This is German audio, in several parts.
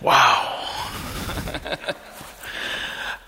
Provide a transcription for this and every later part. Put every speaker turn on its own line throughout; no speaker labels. Wow.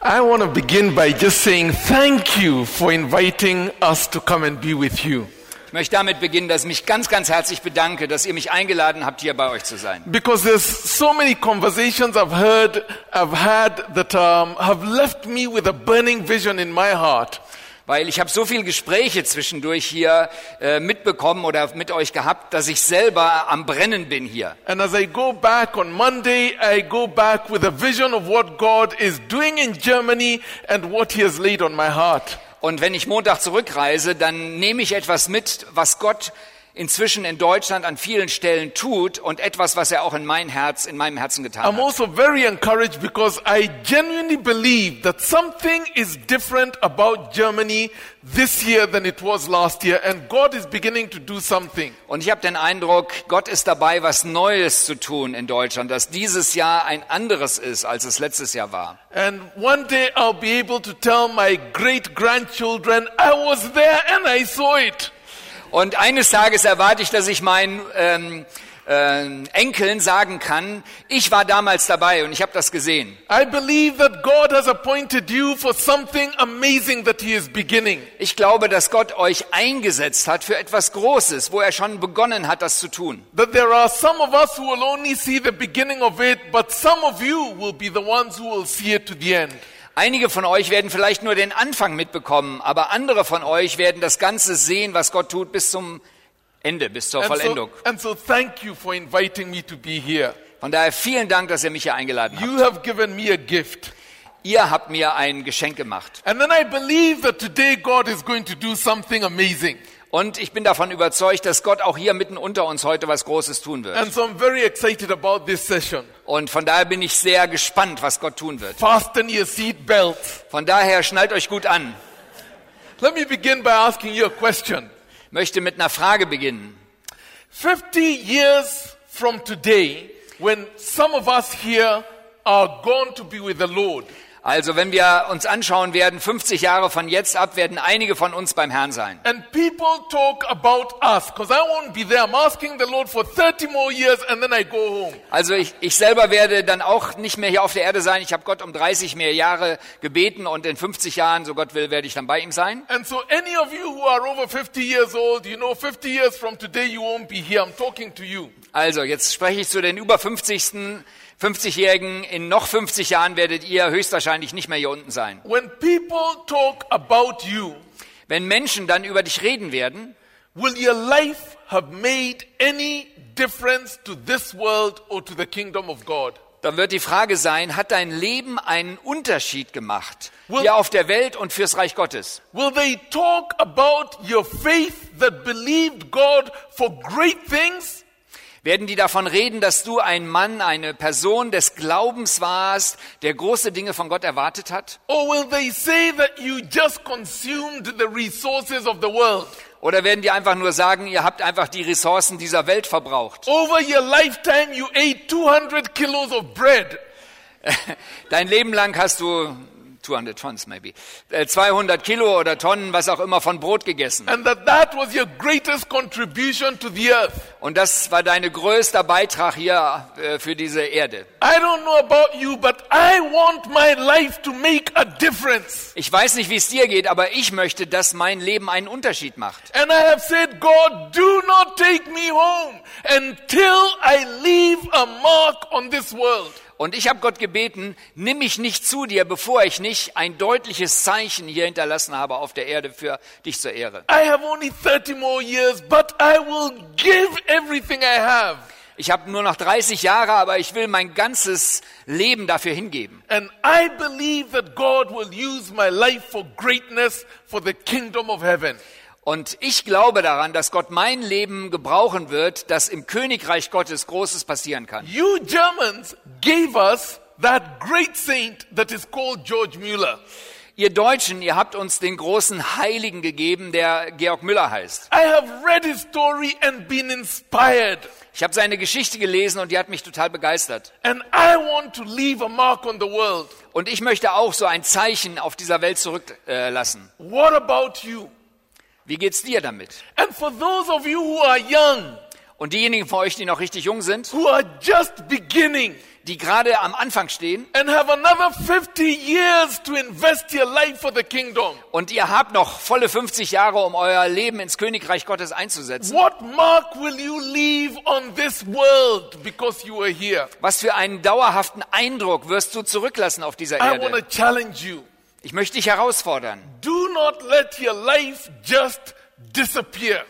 I want to begin by just saying thank you for inviting us to come and be with you.
Ich möchte damit beginnen, dass ich mich ganz, ganz herzlich bedanke, dass ihr mich eingeladen habt, hier bei euch zu sein.
Because there's so many conversations I've heard, I've had that um, have left me with a burning vision in my heart.
Weil ich habe so viele Gespräche zwischendurch hier äh, mitbekommen oder mit euch gehabt, dass ich selber am Brennen bin hier.
And as I go back on Monday, I go back with a vision of what God is doing in Germany and what He has laid on my heart.
Und wenn ich Montag zurückreise, dann nehme ich etwas mit, was Gott inzwischen in Deutschland an vielen Stellen tut und etwas, was er auch in mein Herz, in meinem Herzen getan
I'm
hat.
also very encouraged because I genuinely believe that something is different about Germany this year than it was last year, and God is beginning to do something.
Und ich habe den Eindruck, Gott ist dabei, was Neues zu tun in Deutschland, dass dieses Jahr ein anderes ist, als es letztes Jahr war.
And one day I'll be able to tell my great grandchildren, I was there and I saw it.
Und eines Tages erwarte ich, dass ich meinen ähm, ähm, Enkeln sagen kann, ich war damals dabei und ich habe das gesehen.
I believe that God has appointed you for something amazing that He is beginning.
Ich glaube, dass Gott euch eingesetzt hat für etwas Großes, wo er schon begonnen hat, das zu tun.
That there are some of us who will only see the beginning of it, but some of you will be the ones who will see it to the end.
Einige von euch werden vielleicht nur den Anfang mitbekommen, aber andere von euch werden das Ganze sehen, was Gott tut, bis zum Ende, bis zur
And
Vollendung.
so, and so thank you for inviting me to be here.
Von daher vielen Dank, dass ihr mich hier eingeladen habt.
You have given me a gift.
Ihr habt mir ein Geschenk gemacht.
And then I believe that today God is going to do something amazing.
Und ich bin davon überzeugt, dass Gott auch hier mitten unter uns heute was Großes tun wird.
And so I'm very excited about this session.
Und von daher bin ich sehr gespannt, was Gott tun wird.
Fasten your seat belts.
Von daher schnallt euch gut an.
Let me begin by asking you a question.
Ich möchte mit einer Frage beginnen.
50 years from today, when some of us here are gone to be with the Lord,
Also, wenn wir uns anschauen werden, 50 Jahre von jetzt ab werden einige von uns beim Herrn sein.
and people talk about us, because I won't be there. I'm asking the Lord for 30 more years and then I go home.
Also ich, ich selber werde dann auch nicht mehr hier auf der Erde sein. Ich habe Gott um 30 mehr Jahre gebeten und in 50 Jahren, so Gott will, werde ich dann bei ihm sein.
And so, any of you who are over 50 years old, you know, 50 years from today, you won't be here. I'm talking to you.
Also jetzt spreche ich zu den über 50. 50-Jährigen. In noch 50 Jahren werdet ihr höchstwahrscheinlich nicht mehr hier unten sein.
When people talk about you,
Wenn Menschen dann über dich reden werden,
will your life have made any difference to this world or to the kingdom of God?
dann wird die Frage sein, hat dein Leben einen Unterschied gemacht?
Will-
Hier auf der Welt und fürs Reich Gottes.
Will they talk about your faith that believed God for great things?
Werden die davon reden, dass du ein Mann, eine Person des Glaubens warst, der große Dinge von Gott erwartet hat?
Or will they say that you just consumed the resources of the world?
Oder werden die einfach nur sagen, ihr habt einfach die Ressourcen dieser Welt verbraucht?
Over your lifetime, you ate 200 kilos of bread.
Dein Leben lang hast du 200 Tons maybe, äh, 200 Kilo oder Tonnen, was auch immer, von Brot gegessen.
and that that was your greatest contribution to the earth.
Und das war deine größter Beitrag hier äh, für diese Erde.
I don't know about you, but I want my life to make a difference.
Ich weiß nicht, wie es dir geht, aber ich möchte, dass mein Leben einen Unterschied macht.
And I have said, God, do not take me home until I leave a mark on this world.
Und ich habe Gott gebeten, nimm mich nicht zu dir, bevor ich nicht ein deutliches Zeichen hier hinterlassen habe auf der Erde für dich zur Ehre.
I have only 30 more years, but I will give everything I have.
Ich habe nur noch 30 Jahre, aber ich will mein ganzes Leben dafür hingeben.
And I believe that God will use my life for greatness for the kingdom of heaven.
Und ich glaube daran, dass Gott mein Leben gebrauchen wird, dass im Königreich Gottes Großes passieren kann.
You Germans gave us that great saint that is called George Mueller.
Ihr Deutschen, ihr habt uns den großen Heiligen gegeben, der Georg Müller heißt.
I have read his story and been inspired.
Ich habe seine Geschichte gelesen und die hat mich total begeistert.
And I want to leave a mark on the world.
Und ich möchte auch so ein Zeichen auf dieser Welt zurücklassen.
What about you?
Wie geht's dir damit?
And for those of you who are young,
Und diejenigen von euch, die noch richtig jung sind,
who are just beginning,
die gerade am Anfang stehen
and have another 50 years to invest your life for the kingdom.
und ihr habt noch volle 50 Jahre, um euer Leben ins Königreich Gottes einzusetzen.
What mark will you leave on this world because you are here?
Was für einen dauerhaften Eindruck wirst du zurücklassen auf dieser
I want to
Erde?
challenge you.
Ich möchte dich herausfordern.
Do not let your life just disappear.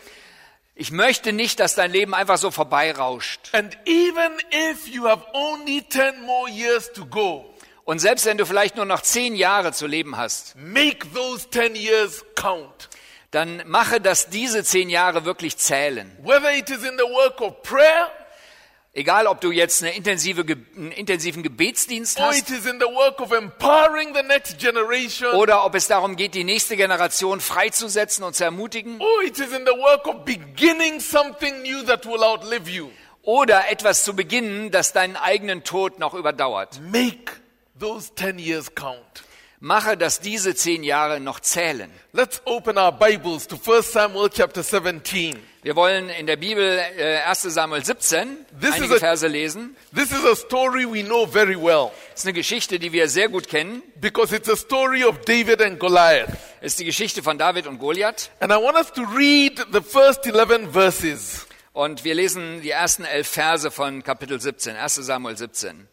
Ich möchte nicht, dass dein Leben einfach so vorbeirauscht.
And even if you have only 10 more years to go,
Und selbst wenn du vielleicht nur noch zehn Jahre zu leben hast,
make those 10 years count.
dann mache, dass diese zehn Jahre wirklich zählen.
Whether it is in the work of prayer,
Egal, ob du jetzt eine intensive, Ge- einen intensiven Gebetsdienst
or it
hast
is in the work of empowering the next generation, or
oder ob es darum geht, die nächste Generation freizusetzen und zu ermutigen
it is in the work of beginning something new that will outlive you,
oder etwas zu beginnen, das deinen eigenen Tod noch überdauert.
make those 10 years count.
Mache, dass diese zehn Jahre noch zählen.
Let's open our Bibles to 1 Samuel chapter 17.
Wir wollen in der Bibel äh, 1 Samuel 17
This is
einige
a-
Verse lesen.
This is a story we know very well
Das ist eine Geschichte, die wir sehr gut kennen.
because it's a story of David and Goliath.
Das ist die Geschichte von David und Goliath.
And I want us to read the first 11 verses.
Und wir lesen die ersten elf Verse von Kapitel 17, 1 Samuel 17.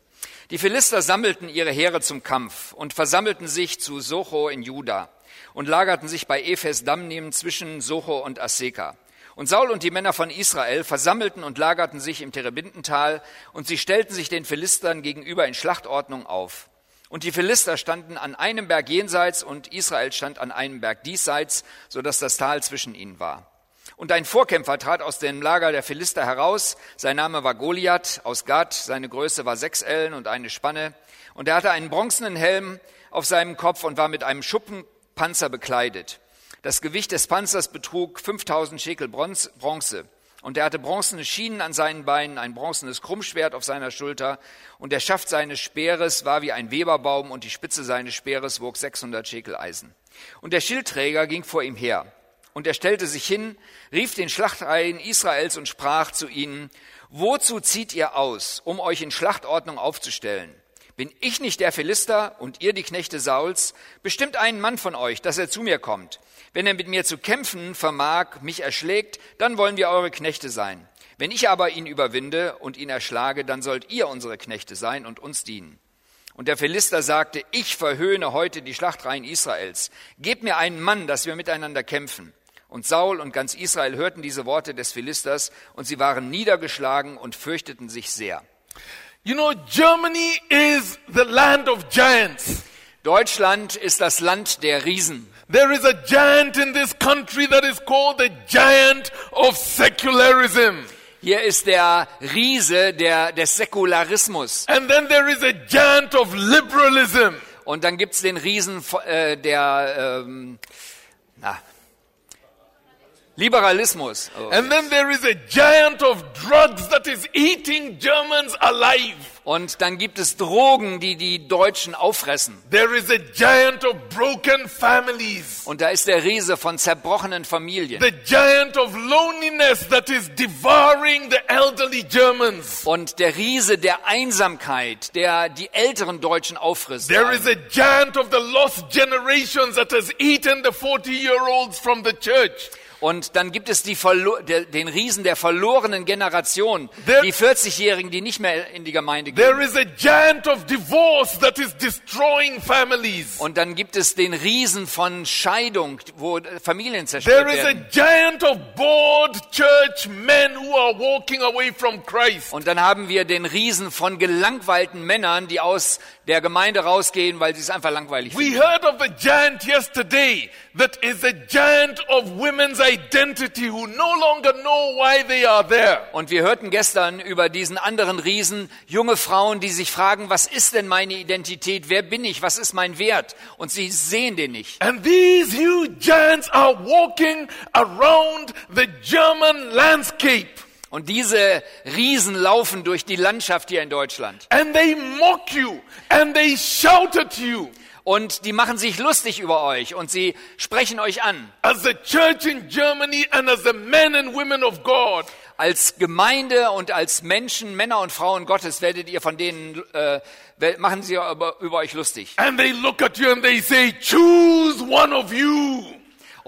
Die Philister sammelten ihre Heere zum Kampf und versammelten sich zu Socho in Juda und lagerten sich bei Ephes Damnim zwischen Socho und Asseka. Und Saul und die Männer von Israel versammelten und lagerten sich im Terebintental und sie stellten sich den Philistern gegenüber in Schlachtordnung auf. Und die Philister standen an einem Berg jenseits und Israel stand an einem Berg diesseits, so dass das Tal zwischen ihnen war. Und ein Vorkämpfer trat aus dem Lager der Philister heraus. Sein Name war Goliath aus Gad. Seine Größe war sechs Ellen und eine Spanne. Und er hatte einen bronzenen Helm auf seinem Kopf und war mit einem Schuppenpanzer bekleidet. Das Gewicht des Panzers betrug 5000 Schekel Bronz- Bronze. Und er hatte bronzene Schienen an seinen Beinen, ein bronzenes Krummschwert auf seiner Schulter. Und der Schaft seines Speeres war wie ein Weberbaum und die Spitze seines Speeres wog 600 Schekel Eisen. Und der Schildträger ging vor ihm her. Und er stellte sich hin, rief den Schlachtreihen Israels und sprach zu ihnen, Wozu zieht ihr aus, um euch in Schlachtordnung aufzustellen? Bin ich nicht der Philister und ihr die Knechte Sauls? Bestimmt einen Mann von euch, dass er zu mir kommt. Wenn er mit mir zu kämpfen vermag, mich erschlägt, dann wollen wir eure Knechte sein. Wenn ich aber ihn überwinde und ihn erschlage, dann sollt ihr unsere Knechte sein und uns dienen. Und der Philister sagte, ich verhöhne heute die Schlachtreihen Israels. Gebt mir einen Mann, dass wir miteinander kämpfen. Und Saul und ganz Israel hörten diese Worte des Philisters, und sie waren niedergeschlagen und fürchteten sich sehr.
You know, Germany is the land of giants.
Deutschland ist das Land der Riesen.
There is a giant in this country that is called the giant of secularism.
Hier ist der Riese der, des Säkularismus.
And then there is a giant of liberalism.
Und dann gibt's den Riesen vo- äh, der ähm, na, Liberalismus. Oh.
And then there is a giant of drugs that is eating Germans alive.
Und dann gibt es Drogen, die die Deutschen auffressen.
There is a giant of broken families.
Und da ist der Riese von zerbrochenen Familien.
The giant of loneliness that is devouring the elderly Germans.
Und der Riese der Einsamkeit, der die älteren Deutschen auffrisst.
There is a giant of the lost generations that has eaten the 40 year olds from the church.
Und dann gibt es die verlo- der, den Riesen der verlorenen Generation,
There-
die 40-Jährigen, die nicht mehr in die Gemeinde gehen.
There is a giant of divorce that is destroying families.
Und dann gibt es den Riesen von Scheidung, wo Familien zerstört
There is a
werden.
giant of bored church men who are walking away from Christ.
Und dann haben wir den Riesen von gelangweilten Männern, die aus der Gemeinde rausgehen, weil sie es einfach langweilig finden.
We heard of a giant yesterday that is a giant of women's identity who no longer know why they are there.
Und wir hörten gestern über diesen anderen Riesen, junge Frauen, die sich fragen, was ist denn meine Identität, wer bin ich, was ist mein Wert? Und sie sehen den nicht.
And these huge giants are walking around the German landscape
Und diese Riesen laufen durch die Landschaft hier in Deutschland.
and they mock you and they shout at you.
Und die machen sich lustig über euch und sie sprechen euch an.
As a church in Germany and as the men and women of God,
als Gemeinde und als Menschen, Männer und Frauen Gottes, werdet ihr von denen, äh, wer- machen sie über, über euch lustig.
And they look at you and they say, Choose one of you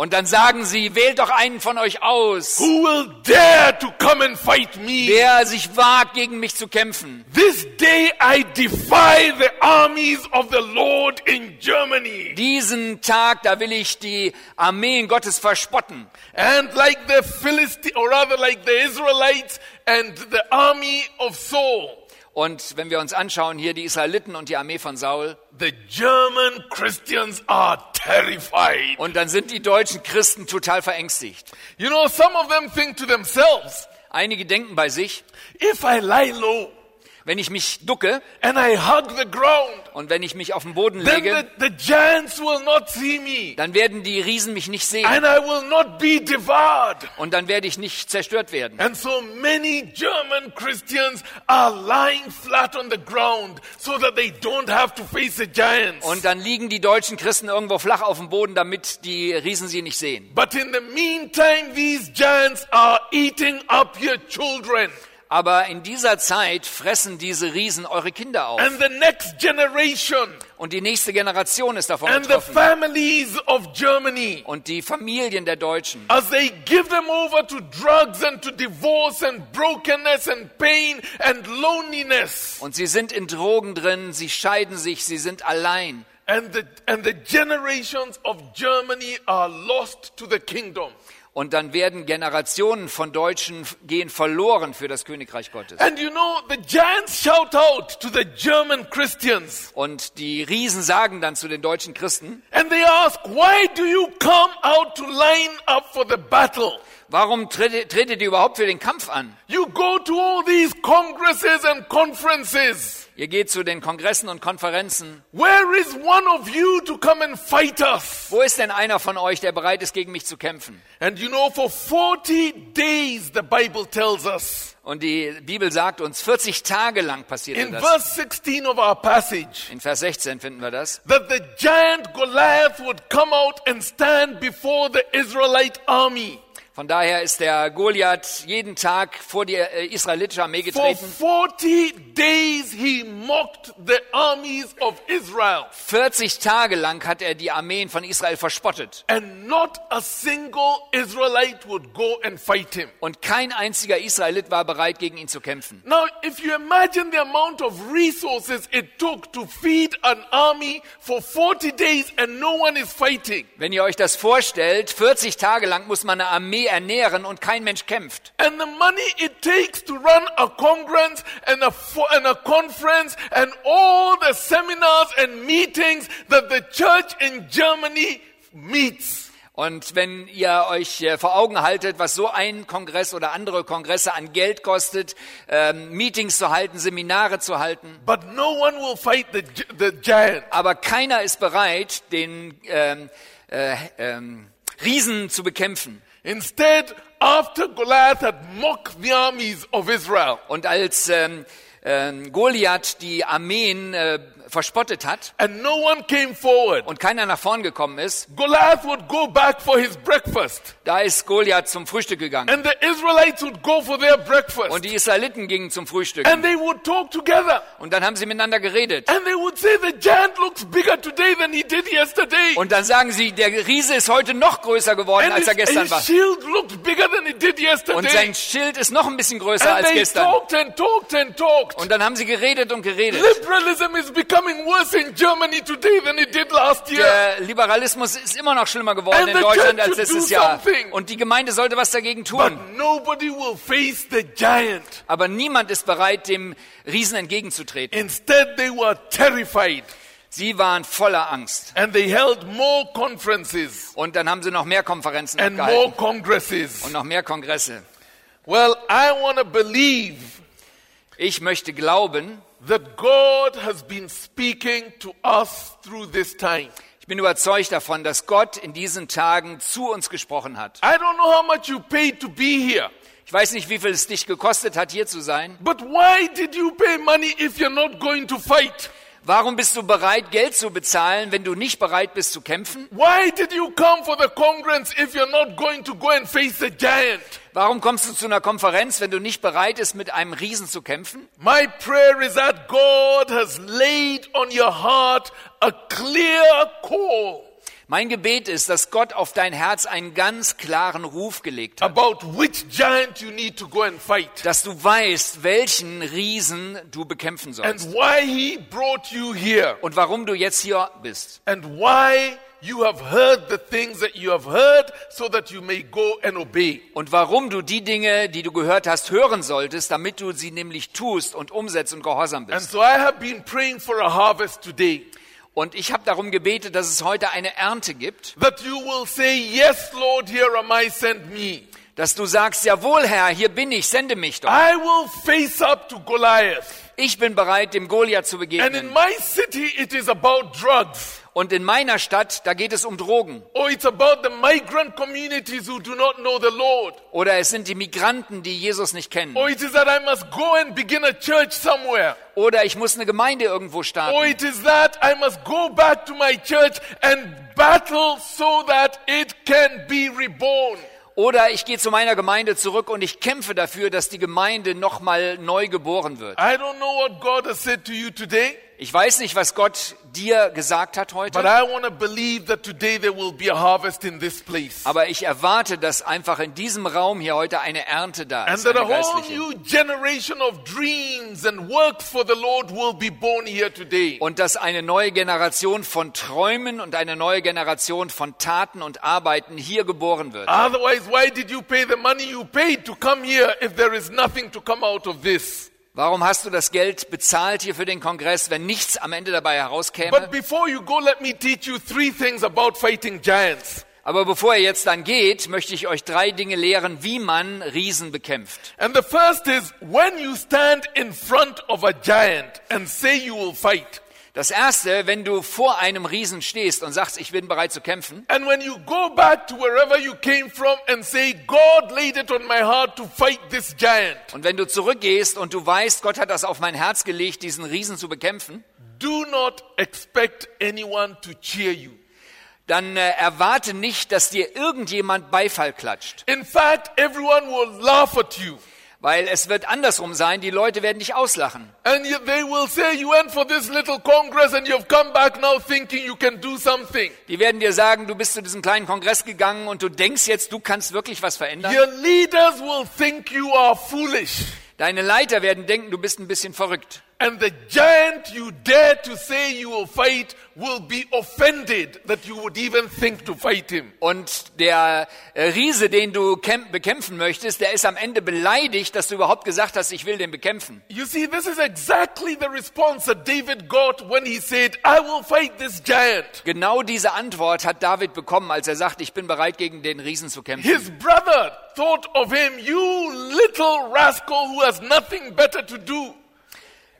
Und dann sagen sie, wählt doch einen von euch aus,
who will dare to come and fight me.
der sich wagt, gegen mich zu kämpfen.
This day I defy the armies of the Lord in Germany.
Diesen Tag, da will ich die Armeen Gottes verspotten.
And like the Philistines, or rather like the Israelites and the army of Saul,
Und wenn wir uns anschauen, hier die Israeliten und die Armee von Saul,
the German Christians are terrified.
und dann sind die deutschen Christen total verängstigt.
You know, some of them think to themselves,
Einige denken bei sich,
if I lie low
wenn ich mich ducke
and I hug the ground,
und wenn ich mich auf den Boden
then
lege,
the, the giants will not see me
dann werden die Riesen mich nicht sehen
and I will not be devoured.
und dann werde ich nicht zerstört werden.
And so many German Christians are lying flat on the ground so that they don't have to face the giants.
Und dann liegen die deutschen Christen irgendwo flach auf dem Boden, damit die Riesen sie nicht sehen.
But in the meantime, these giants are eating up your children.
Aber in dieser Zeit fressen diese Riesen eure Kinder auf.
And the next generation
Und die nächste Generation ist davon
and the
betroffen.
families of Germany.
Und die Familien der Deutschen.
As they give them over to drugs and to divorce and brokenness and pain and loneliness.
Und sie sind in Drogen drin, sie scheiden sich, sie sind allein.
And the, and the generations of Germany are lost to the kingdom.
Und dann werden Generationen von Deutschen f- gehen verloren für das Königreich Gottes.
And you know, the giants shout out to the German Christians
Und die Riesen sagen dann zu den deutschen Christen,
and they ask, why do you come out to line up for the battle?
warum tretet, tretet ihr überhaupt für den Kampf an?
You go to all these congresses and conferences.
Ihr geht zu den Kongressen und Konferenzen.
Where is one of you to come and fight us?
Wo ist denn einer von euch, der bereit ist, gegen mich zu kämpfen?
And you know, for 40 days, the Bible tells us
Und die Bibel sagt uns, 40 Tage lang passierte
in
das.
verse 16 of our passage
In Vers 16 finden wir das.
that the giant Goliath would come out and stand before the Israelite army.
Von daher ist der Goliath jeden Tag vor die äh, israelitische Armee
For
getreten.
40 days, he mocked the armies of Israel,
40 Tage lang hat er die Armeen von Israel verspottet.
and not a single Israelite would go and fight him.
Und kein einziger Israelit war bereit, gegen ihn zu kämpfen.
Now, if you imagine the amount of resources it took to feed an army for 40 days and no one is fighting,
Wenn ihr euch das vorstellt, 40 Tage lang muss man eine Armee ernähren und kein Mensch kämpft.
and the money it takes to run a congress and a, fo- and a conference and all the seminars and meetings that the church in Germany meets.
Und wenn ihr euch äh, vor Augen haltet, was so ein Kongress oder andere Kongresse an Geld kostet, ähm, Meetings zu halten, Seminare zu halten,
But no one will fight the, gi- the giant.
aber keiner ist bereit, den ähm, äh, ähm, Riesen zu bekämpfen.
Instead, after Goliath had mocked the armies of Israel,
Und als ähm, ähm, Goliath die Armeen äh, verspottet hat
and no one came forward,
und keiner nach vorn gekommen ist,
Goliath would go back for his breakfast,
da ist Goliath zum Frühstück gegangen.
and the Israelites would go for their
Und
breakfast,
die Israeliten gingen zum Frühstück.
and they would talk together,
Und dann haben sie miteinander geredet.
and they would say, The giant looks bigger today than he did yesterday,
Und dann sagen sie, der Riese ist heute noch größer geworden,
and
als
his,
er gestern war.
his shield looks bigger than it did
Und
yesterday.
sein Schild ist noch ein bisschen größer
And
als
they
gestern.
talked and talked and talked.
Und dann haben sie geredet und geredet.
Liberalism is becoming worse in Germany today than it did last year.
Der Liberalismus ist immer noch schlimmer geworden
And
in
the
Deutschland
church
als
should
letztes
do
Jahr.
something.
Und die Gemeinde sollte was dagegen tun.
But nobody will face the giant.
Aber niemand ist bereit, dem Riesen entgegenzutreten.
Instead, they were terrified
Sie waren voller Angst.
and they held more conferences
Und dann haben sie noch mehr Konferenzen
and more
abgehalten
congresses.
und noch mehr Kongresse.
Well, I want to believe
Ich möchte glauben,
that God has been speaking to us through this time.
ich bin überzeugt davon, dass Gott in diesen Tagen zu uns gesprochen hat.
I don't know how much you paid to be here,
Ich weiß nicht, wie viel es dich gekostet hat, hier zu sein.
but why did you pay money if you're not going to fight?
Warum bist du bereit, Geld zu bezahlen, wenn du nicht bereit bist zu kämpfen?
Why did you come for the conference if you're not going to go and face the giant?
Warum kommst du zu einer Konferenz, wenn du nicht bereit bist, mit einem Riesen zu kämpfen?
My prayer is that God has laid on your heart a clear call
Mein Gebet ist, dass Gott auf dein Herz einen ganz klaren Ruf gelegt hat,
about which giant you need to go and fight
dass du weißt, welchen Riesen du bekämpfen
and
sollst
why he brought you here
und warum du jetzt hier bist
and why you have heard the things that you have heard so that you may go and obey.
und warum du die Dinge, die du gehört hast, hören solltest, damit du sie nämlich tust und umsetzt und gehorsam
And
bist.
so I have been praying for a harvest today
Und ich habe darum gebetet, dass es heute eine Ernte gibt,
that you will say, Yes, Lord, here am I, send me.
dass du sagst, jawohl Herr, hier bin ich, sende mich doch.
I will face up to Goliath.
Ich bin bereit, dem Goliath zu
And in
begegnen.
my city, it is about drugs,
Und in meiner Stadt, da geht es um Drogen.
or it's about the migrant communities who do not know the Lord,
Oder es sind die Migranten, die Jesus nicht kennen.
or it is that I must go and begin a church somewhere,
Oder ich muss eine Gemeinde irgendwo
or
starten.
Oh, it is that I must go back to my church and battle so that it can be reborn.
Oder ich gehe zu meiner Gemeinde zurück und ich kämpfe dafür, dass die Gemeinde nochmal neu geboren wird.
I don't know what God has said to you today,
Ich weiß nicht, was Gott dir gesagt hat
but
heute,
I want to believe that today there will be a harvest in this place.
aber ich erwarte, dass einfach in diesem Raum hier heute eine Ernte da
And
ist.
that a
Eine
whole
geistliche.
new generation of dreams and work for the Lord will be born here today.
Und dass eine neue Generation von Träumen und eine neue Generation von Taten und Arbeiten hier geboren
Ah.
wird.
Otherwise, why did you pay the money you paid to come here if there is nothing to come out of this?
Warum hast du das Geld bezahlt hier für den Kongress, wenn nichts am Ende dabei herauskäme?
But before you go, let me teach you three things about fighting giants.
Aber bevor ihr jetzt dann geht, möchte ich euch drei Dinge lehren, wie man Riesen bekämpft.
And the first is when you stand in front of a giant and say you will fight,
Das erste, wenn du vor einem Riesen stehst und sagst, ich bin bereit zu kämpfen,
and when you go back to wherever you came from and say, God laid it on my heart to fight this giant,
und wenn du zurückgehst und du weißt, Gott hat das auf mein Herz gelegt, diesen Riesen zu bekämpfen,
do not expect anyone to cheer you.
dann äh, erwarte nicht, dass dir irgendjemand Beifall klatscht,
In fact, everyone will laugh at you.
weil es wird andersrum sein, die Leute werden dich auslachen.
And yet they will say, You went for this little congress and you've come back now thinking you can do something.
Die werden dir sagen, du bist zu diesem kleinen Kongress gegangen und du denkst jetzt, du kannst wirklich was verändern.
Your leaders will think you are foolish.
Deine Leiter werden denken, du bist ein bisschen verrückt.
And the giant you dare to say you will fight will be offended that you would even think to fight him.
Und der äh, Riese, den du kämp- bekämpfen möchtest, der ist am Ende beleidigt, dass du überhaupt gesagt hast, ich will den bekämpfen.
You see, this is exactly the response that David got when he said, I will fight this giant.
Genau diese Antwort hat David bekommen, als er sagt, ich bin bereit, gegen den Riesen zu kämpfen.
His brother thought of him, You little rascal who has nothing better to do.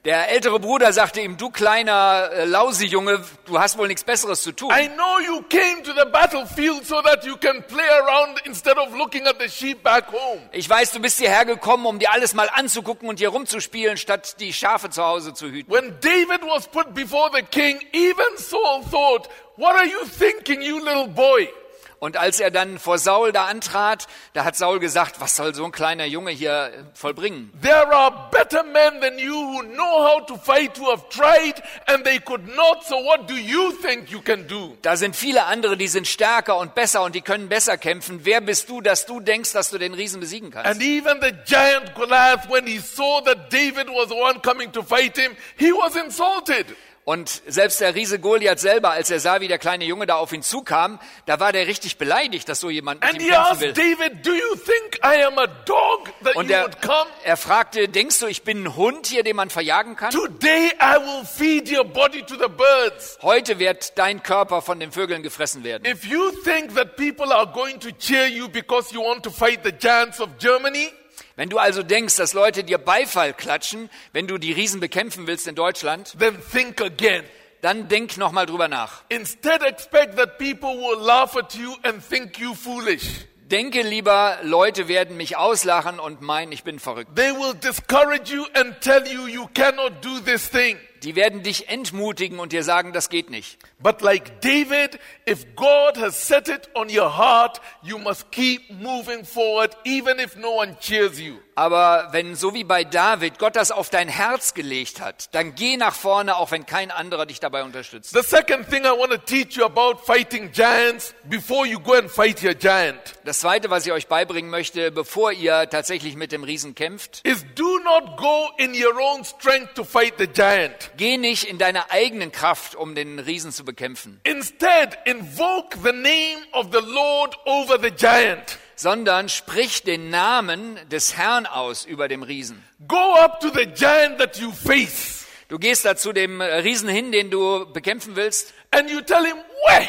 Der ältere Bruder sagte ihm, du kleiner äh, Lausejunge, du hast wohl nichts Besseres zu tun.
I know you came to the battlefield so that you can play around instead of looking at the sheep back home.
Ich weiß, du bist hierher gekommen, um dir alles mal anzugucken und hier rumzuspielen, statt die Schafe zu Hause zu hüten.
When David was put before the king, even Saul thought, What are you thinking, you little boy?
Und als er dann vor Saul da antrat, da hat Saul gesagt, was soll so ein kleiner Junge hier äh, vollbringen?
There are better men than you who know how to fight, who have tried, and they could not, so what do you think you can do?
Da sind viele andere, die sind stärker und besser und die können besser kämpfen. Wer bist du, dass du denkst, dass du den Riesen besiegen kannst?
And even the giant Goliath, when he saw that David was the one coming to fight him, he was insulted.
Und selbst der Riese Goliath selber, als er sah, wie der kleine Junge da auf ihn zukam, da war der richtig beleidigt, dass so jemand mit
And
ihm
he
kämpfen
asked
will.
David, Do you think I am a dog that
Und
you
er,
would come?
er fragte, denkst du, ich bin ein Hund hier, den man verjagen kann?
Today I will feed your body to the birds.
Heute wird dein Körper von den Vögeln gefressen werden.
If you think that people are going to cheer you because you want to fight the giants of Germany,
Wenn du also denkst, dass Leute dir Beifall klatschen, wenn du die Riesen bekämpfen willst in Deutschland,
then think again.
dann denk nochmal drüber nach.
Instead, expect that people will laugh at you and think you foolish.
Denke lieber, Leute werden mich auslachen und meinen, ich bin verrückt.
They will discourage you and tell you you cannot do this thing.
Die werden dich entmutigen und dir sagen, das geht nicht.
But like David, if God has set it on your heart, you must keep moving forward even if no one cheers you.
Aber wenn, so wie bei David, Gott das auf dein Herz gelegt hat, dann geh nach vorne, auch wenn kein anderer dich dabei unterstützt.
The second thing I want to teach you about fighting giants before you go and fight your giant
Das Zweite, was ich euch beibringen möchte, bevor ihr tatsächlich mit dem Riesen kämpft,
is do not go in your own strength to fight the giant.
geh nicht in deiner eigenen Kraft, um den Riesen zu bekämpfen,
Instead, invoke the name of the Lord over the giant.
sondern sprich den Namen des Herrn aus über dem Riesen.
Go up to the giant that you face
Du gehst da zu dem Riesen hin, den du bekämpfen willst,
and you tell him, Where?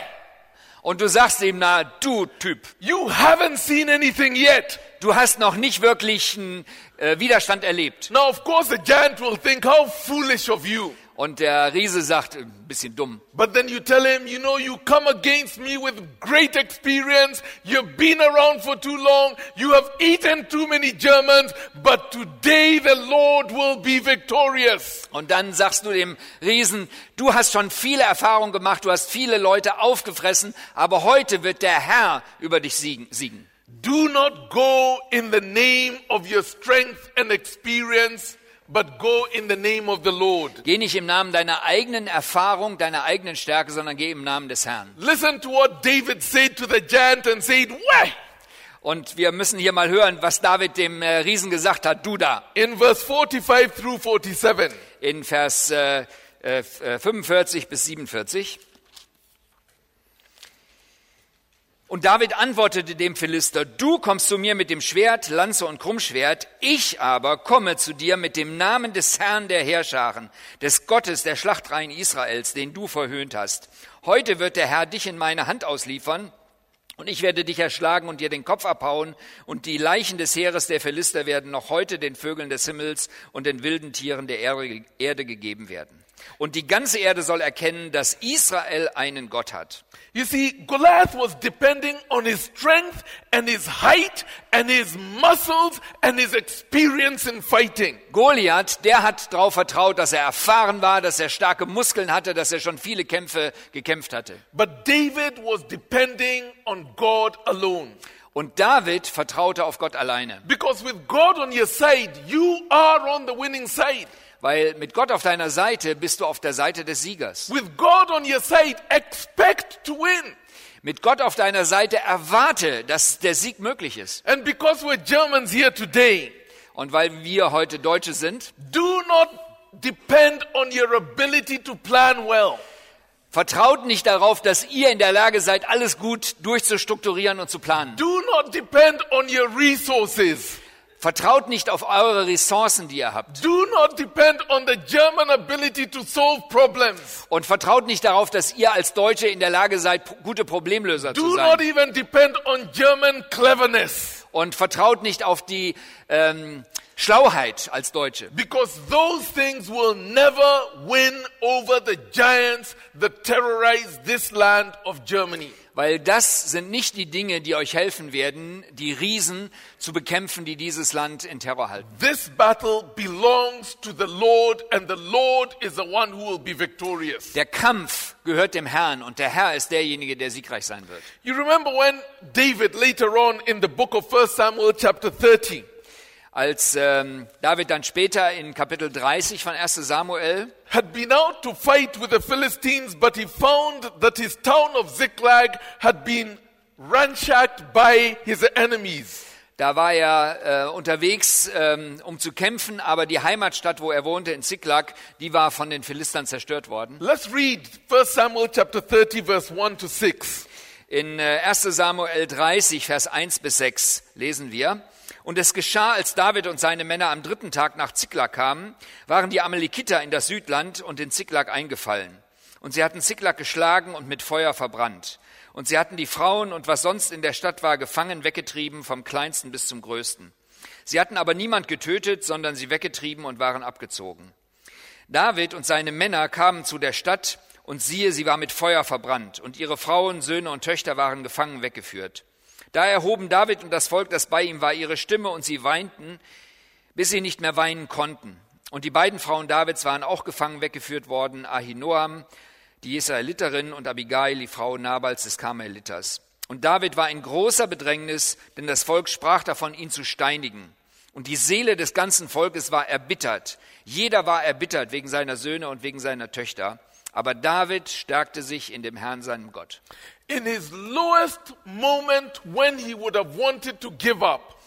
und du sagst ihm, na, du Typ,
You haven't seen anything yet.
du hast noch nicht wirklich einen äh, Widerstand erlebt.
Now, of course, the giant will think, How foolish of you.
Und der Riese sagt, äh, ein bisschen dumm.
But then you tell him, You know, you come against me with great experience. You've been around for too long. You have eaten too many Germans. But today the Lord will be victorious.
Und dann sagst du dem Riesen, du hast schon viele Erfahrungen gemacht, du hast viele Leute aufgefressen, aber heute wird der Herr über dich siegen. siegen.
Do not go in the name of your strength and experience, but go in the name of the Lord.
Geh nicht im Namen deiner eigenen Erfahrung, deiner eigenen Stärke, sondern geh im Namen des Herrn.
Listen to what David said to the giant and said, Why?
Und wir müssen hier mal hören, was David dem äh, Riesen gesagt hat, du da.
In verse 45 through 47.
in Vers äh, äh, 45 bis 47. Und David antwortete dem Philister, du kommst zu mir mit dem Schwert, Lanze und Krummschwert, ich aber komme zu dir mit dem Namen des Herrn der Heerscharen, des Gottes der Schlachtreihen Israels, den du verhöhnt hast. Heute wird der Herr dich in meine Hand ausliefern, und ich werde dich erschlagen und dir den Kopf abhauen, und die Leichen des Heeres der Philister werden noch heute den Vögeln des Himmels und den wilden Tieren der Erde- Erde gegeben werden. Und die ganze Erde soll erkennen, dass Israel einen Gott hat.
You see, Goliath was depending on his strength and his height and his muscles and his experience in fighting.
Goliath, der hat darauf vertraut, dass er erfahren war, dass er starke Muskeln hatte, dass er schon viele Kämpfe gekämpft hatte.
But David was depending on God alone.
Und David vertraute auf Gott alleine,
Because with God on your side, you are on the winning side.
weil mit Gott auf deiner Seite bist du auf der Seite des Siegers.
With God on your side, expect to win.
Mit Gott auf deiner Seite erwarte, dass der Sieg möglich ist.
And because we're Germans here today,
Und weil wir heute Deutsche sind,
do not depend on your ability to plan well.
vertraut nicht darauf, dass ihr in der Lage seid, alles gut durchzustrukturieren und zu planen.
Do not depend on your resources.
Vertraut nicht auf eure Ressourcen, die ihr habt.
Do not depend on the German ability to solve problems.
Und vertraut nicht darauf, dass ihr als Deutsche in der Lage seid, p- gute Problemlöser zu
Do not
sein.
even depend on German cleverness
Und vertraut nicht auf die ähm, Schlauheit als Deutsche.
because those things will never win over the giants that terrorize this land of Germany.
Weil das sind nicht die Dinge, die euch helfen werden, die Riesen zu bekämpfen, die dieses Land in Terror halten.
This battle belongs to the Lord and the Lord is the one who will be victorious.
Der Kampf gehört dem Herrn und der Herr ist derjenige, der siegreich sein wird.
You remember when David later on in the book of 1 Samuel chapter 30
Als ähm, David dann später in Kapitel 30 von 1 Samuel,
had been out to fight with the Philistines, but he found that his town of Ziklag had been ransacked by his enemies.
da war er äh, unterwegs, ähm, um zu kämpfen, aber die Heimatstadt, wo er wohnte, in Ziklag, die war von den Philistern zerstört worden.
Let's read 1 Samuel chapter 30 verse 1 to 6.
In äh, 1 Samuel 30, Vers 1 bis 6 lesen wir. Und es geschah, als David und seine Männer am dritten Tag nach Ziklag kamen, waren die Amalekiter in das Südland und in Ziklag eingefallen. Und sie hatten Ziklag geschlagen und mit Feuer verbrannt. Und sie hatten die Frauen und was sonst in der Stadt war, gefangen weggetrieben, vom kleinsten bis zum größten. Sie hatten aber niemand getötet, sondern sie weggetrieben und waren abgezogen. David und seine Männer kamen zu der Stadt, und siehe, sie war mit Feuer verbrannt, und ihre Frauen, Söhne und Töchter waren gefangen weggeführt. Da erhoben David und das Volk, das bei ihm war, ihre Stimme, und sie weinten, bis sie nicht mehr weinen konnten. Und die beiden Frauen Davids waren auch gefangen weggeführt worden, Ahinoam, die Israeliterin, und Abigail, die Frau Nabals des Karmeliters. Und David war in großer Bedrängnis, denn das Volk sprach davon, ihn zu steinigen. Und die Seele des ganzen Volkes war erbittert. Jeder war erbittert wegen seiner Söhne und wegen seiner Töchter. Aber David stärkte sich in dem Herrn seinem Gott.
In his lowest moment when he would have wanted to give up,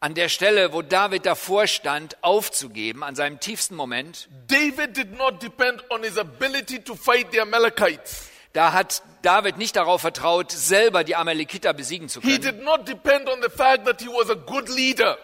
An der Stelle, wo David davor stand, aufzugeben, an seinem tiefsten Moment,
David did not depend on his ability to fight the Amalekites.
da hat David nicht darauf vertraut, selber die Amalekiter besiegen zu
He
können.
did not depend on the fact that he was a good leader.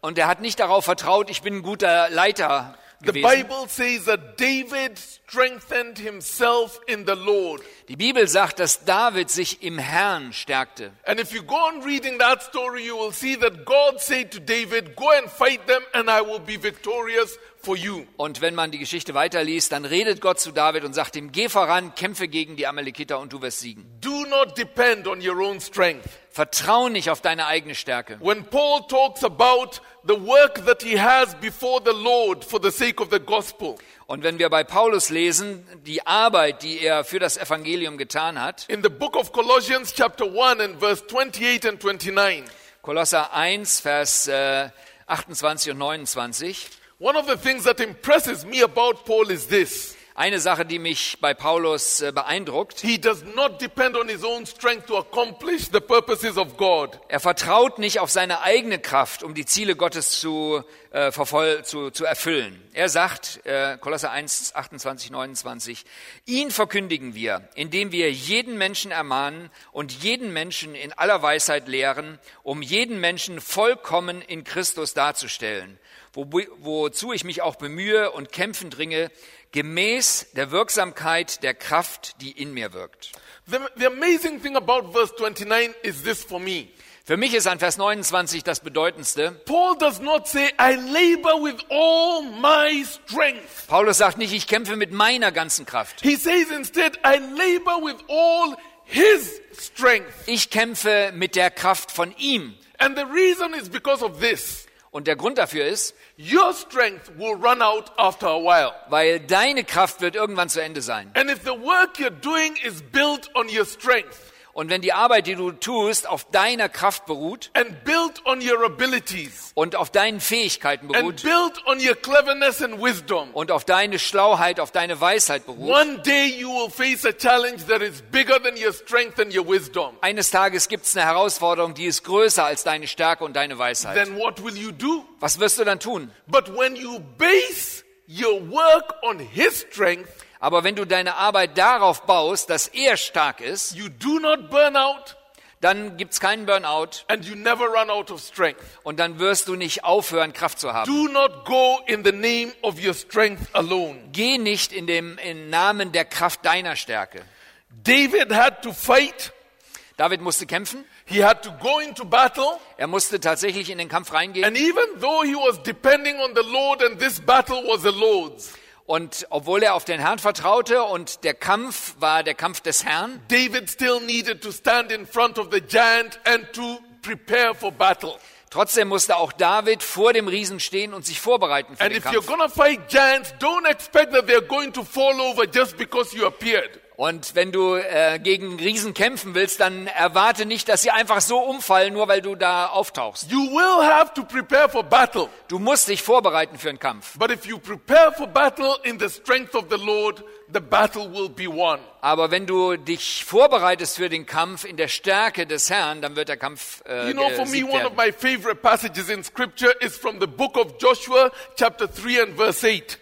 Und er hat nicht darauf vertraut, ich bin ein guter Leiter
The
gewesen.
Bible says that David strengthened himself in the Lord.
Die Bibel sagt, dass David sich im Herrn stärkte.
And if you go on reading that story, you will see that God said to David, Go and fight them, and I will be victorious for you.
Und wenn man die Geschichte weiterliest, dann redet Gott zu David und sagt ihm, geh voran, kämpfe gegen die Amalekiter und du wirst siegen.
Do not depend on your own strength.
Vertrau nicht auf deine eigene Stärke.
When Paul talks about the work that he has before the Lord for the sake of the gospel,
Und wenn wir bei Paulus lesen, die Arbeit, die er für das Evangelium getan hat,
in the book of Colossians, chapter 1, and verse 28 and 29,
Kolosser 1, Vers äh, 28 und 29,
one of the things that impresses me about Paul is this
eine Sache, die mich bei Paulus äh, beeindruckt,
he does not depend on his own strength to accomplish the purposes of God.
er vertraut nicht auf seine eigene Kraft, um die Ziele Gottes zu, äh, vervoll, zu, zu erfüllen. Er sagt, äh, Kolosser 1, 28, 29, ihn verkündigen wir, indem wir jeden Menschen ermahnen und jeden Menschen in aller Weisheit lehren, um jeden Menschen vollkommen in Christus darzustellen, wo, wozu ich mich auch bemühe und kämpfen dringe, gemäß der Wirksamkeit der Kraft, die in mir wirkt.
The, the amazing thing about verse 29 is this for me.
Für mich ist an Vers 29 das Bedeutendste.
Paul does not say, I labor with all my strength.
Paulus sagt nicht, ich kämpfe mit meiner ganzen Kraft.
He says instead, I labor with all his strength.
Ich kämpfe mit der Kraft von ihm.
And the reason is because of this.
Und der Grund dafür ist,
Your strength will run out after a while.
weil deine Kraft wird irgendwann zu Ende sein.
And if the work you're doing is built on your strength
Und wenn die Arbeit, die du tust, auf deiner Kraft beruht
and built on your abilities
und auf deinen Fähigkeiten
and
beruht
built on your cleverness and wisdom,
und auf deine Schlauheit, auf deine Weisheit beruht,
one day you will face a challenge that is bigger than your strength and your wisdom.
eines Tages gibt es eine Herausforderung, die ist größer als deine Stärke und deine Weisheit.
then what will you do?
Was wirst du dann tun?
But when you base your work on His strength,
Aber wenn du deine Arbeit darauf baust, dass er stark ist,
you do not burn out
dann gibt es keinen Burnout
and you never run out of strength.
und dann wirst du nicht aufhören, Kraft zu haben.
Do not go in the name of your strength alone.
Geh nicht in dem im Namen der Kraft deiner Stärke.
David had to fight,
David musste kämpfen.
he had to go into battle,
Er musste tatsächlich in den Kampf reingehen.
and even though he was depending on the Lord and this battle was the Lord's,
Und obwohl er auf den Herrn vertraute und der Kampf war der Kampf des Herrn,
David still needed to stand in front of the giant and to prepare for battle.
trotzdem musste auch David vor dem Riesen stehen und sich vorbereiten für
And
den
if you're
Kampf.
going to fight giants, don't expect that they're going to fall over just because you appeared.
Und wenn du äh, gegen Riesen kämpfen willst, dann erwarte nicht, dass sie einfach so umfallen, nur weil du da auftauchst.
You will have to prepare for battle.
Du musst dich vorbereiten für einen Kampf.
But if you prepare for battle in the strength of the Lord, the battle will be won.
Aber wenn du dich vorbereitest für den Kampf in der Stärke des Herrn, dann wird der Kampf äh,
You know, for me,
gesiegt
one of my
werden.
favorite passages in scripture is from the book of Joshua, chapter 3 and verse 8.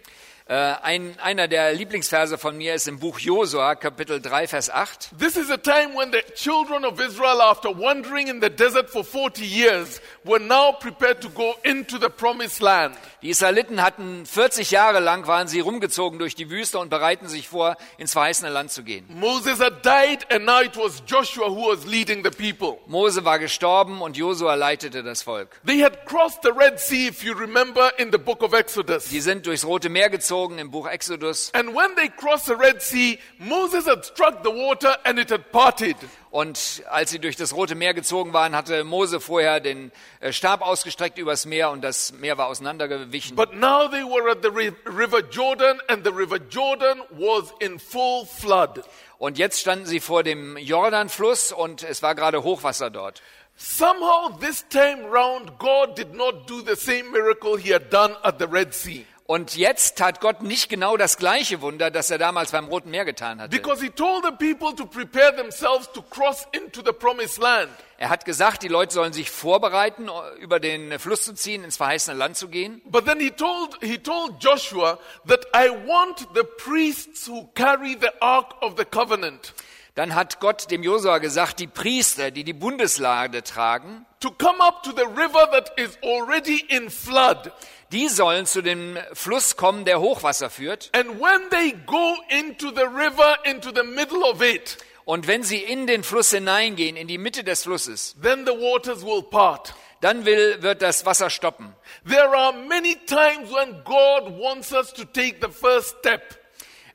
Äh, ein, einer der Lieblingsverse von mir ist im Buch Josua, Kapitel 3, Vers 8.
This is a time when the children of Israel, after wandering in the desert for 40 years, were now prepared to go into the promised land.
Die Israeliten hatten 40 Jahre lang, waren sie rumgezogen durch die Wüste und bereiten sich vor, ins verheißene Land zu gehen.
Moses had died, and now it was Joshua who was leading the people.
Mose war gestorben und Josua leitete das Volk.
They had crossed the Red Sea, if you remember, in the book of Exodus.
Die sind durchs Rote Meer gezogen im Buch Exodus.
And when they crossed the Red Sea, Moses had struck the water and it had parted.
Und als sie durch das Rote Meer gezogen waren, hatte Mose vorher den äh, Stab ausgestreckt übers Meer und das Meer war auseinandergewichen.
But now they were at the ri- river Jordan, and the river Jordan was in full flood.
Und jetzt standen sie vor dem Jordanfluss und es war gerade Hochwasser dort.
Somehow, this time round, God did not do the same miracle he had done at the Red Sea.
Und jetzt tat Gott nicht genau das gleiche Wunder, das er damals beim Roten Meer getan hatte.
Because he told the people to prepare themselves to cross into the promised land.
Er hat gesagt, die Leute sollen sich vorbereiten, äh, über den Fluss zu ziehen, ins verheißene Land zu gehen.
But then he told, he told Joshua that I want the priests who carry the Ark of the Covenant
Dann hat Gott dem Josua gesagt, die Priester, die die Bundeslade tragen,
to come up to the river that is already in flood.
die sollen zu dem Fluss kommen, der Hochwasser führt.
And when they go into the river, into the middle of it,
Und wenn sie in den Fluss hineingehen, in die Mitte des Flusses,
then the waters will part.
dann will, wird das Wasser stoppen.
There are many times when God wants us to take the first step.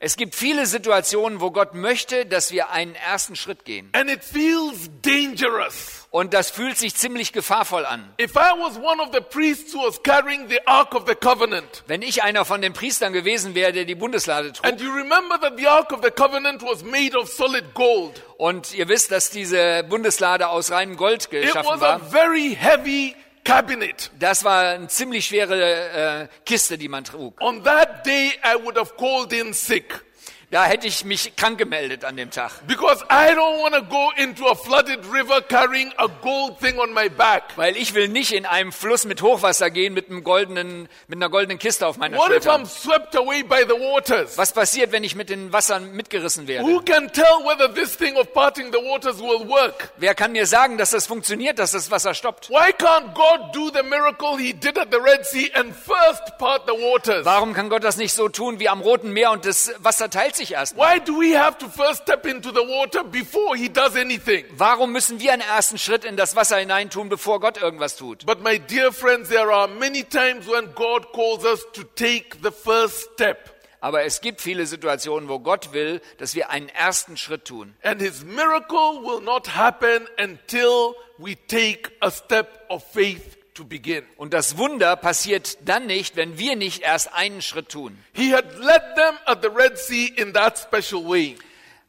Es gibt viele Situationen, wo Gott möchte, dass wir einen ersten Schritt gehen.
And it feels dangerous.
Und das fühlt sich ziemlich gefahrvoll an.
If I was one of the priests who was carrying the Ark of the Covenant,
Wenn ich einer von den Priestern gewesen wäre, der die Bundeslade trug,
And you remember that the Ark of the Covenant was made of solid gold.
Und ihr wisst, dass diese Bundeslade aus reinem Gold
It
geschaffen
was a
war.
very heavy cabinet.
Das war eine ziemlich schwere äh, Kiste, die man trug.
On that day, I would have called in sick
Da hätte ich mich krank gemeldet an dem Tag,
because I don't want to go into a flooded river carrying a gold thing on my back.
weil ich will nicht in einem Fluss mit Hochwasser gehen mit einem goldenen, mit einer goldenen Kiste auf meiner
What if I'm
Schulter.
swept away by the waters?
Was passiert, wenn ich mit den Wassern mitgerissen werde?
Who can tell whether this thing of parting the waters will work?
Wer kann mir sagen, dass das funktioniert, dass das Wasser stoppt?
Why can't God do the miracle he did at the Red Sea and first part the waters?
Warum kann Gott das nicht so tun wie am Roten Meer und das Wasser teilt sich erst?
Why do we have to first step into the water before he does anything?
Warum müssen wir einen ersten Schritt in das Wasser hineintun, bevor Gott irgendwas tut?
But my dear friends, there are many times when God calls us to take the first step.
Aber es gibt viele Situationen, wo Gott will, dass wir einen ersten Schritt tun.
And his miracle will not happen until we take a step of faith to begin.
Und das Wunder passiert dann nicht, wenn wir nicht erst einen Schritt tun.
He had led them at the Red Sea in that special way.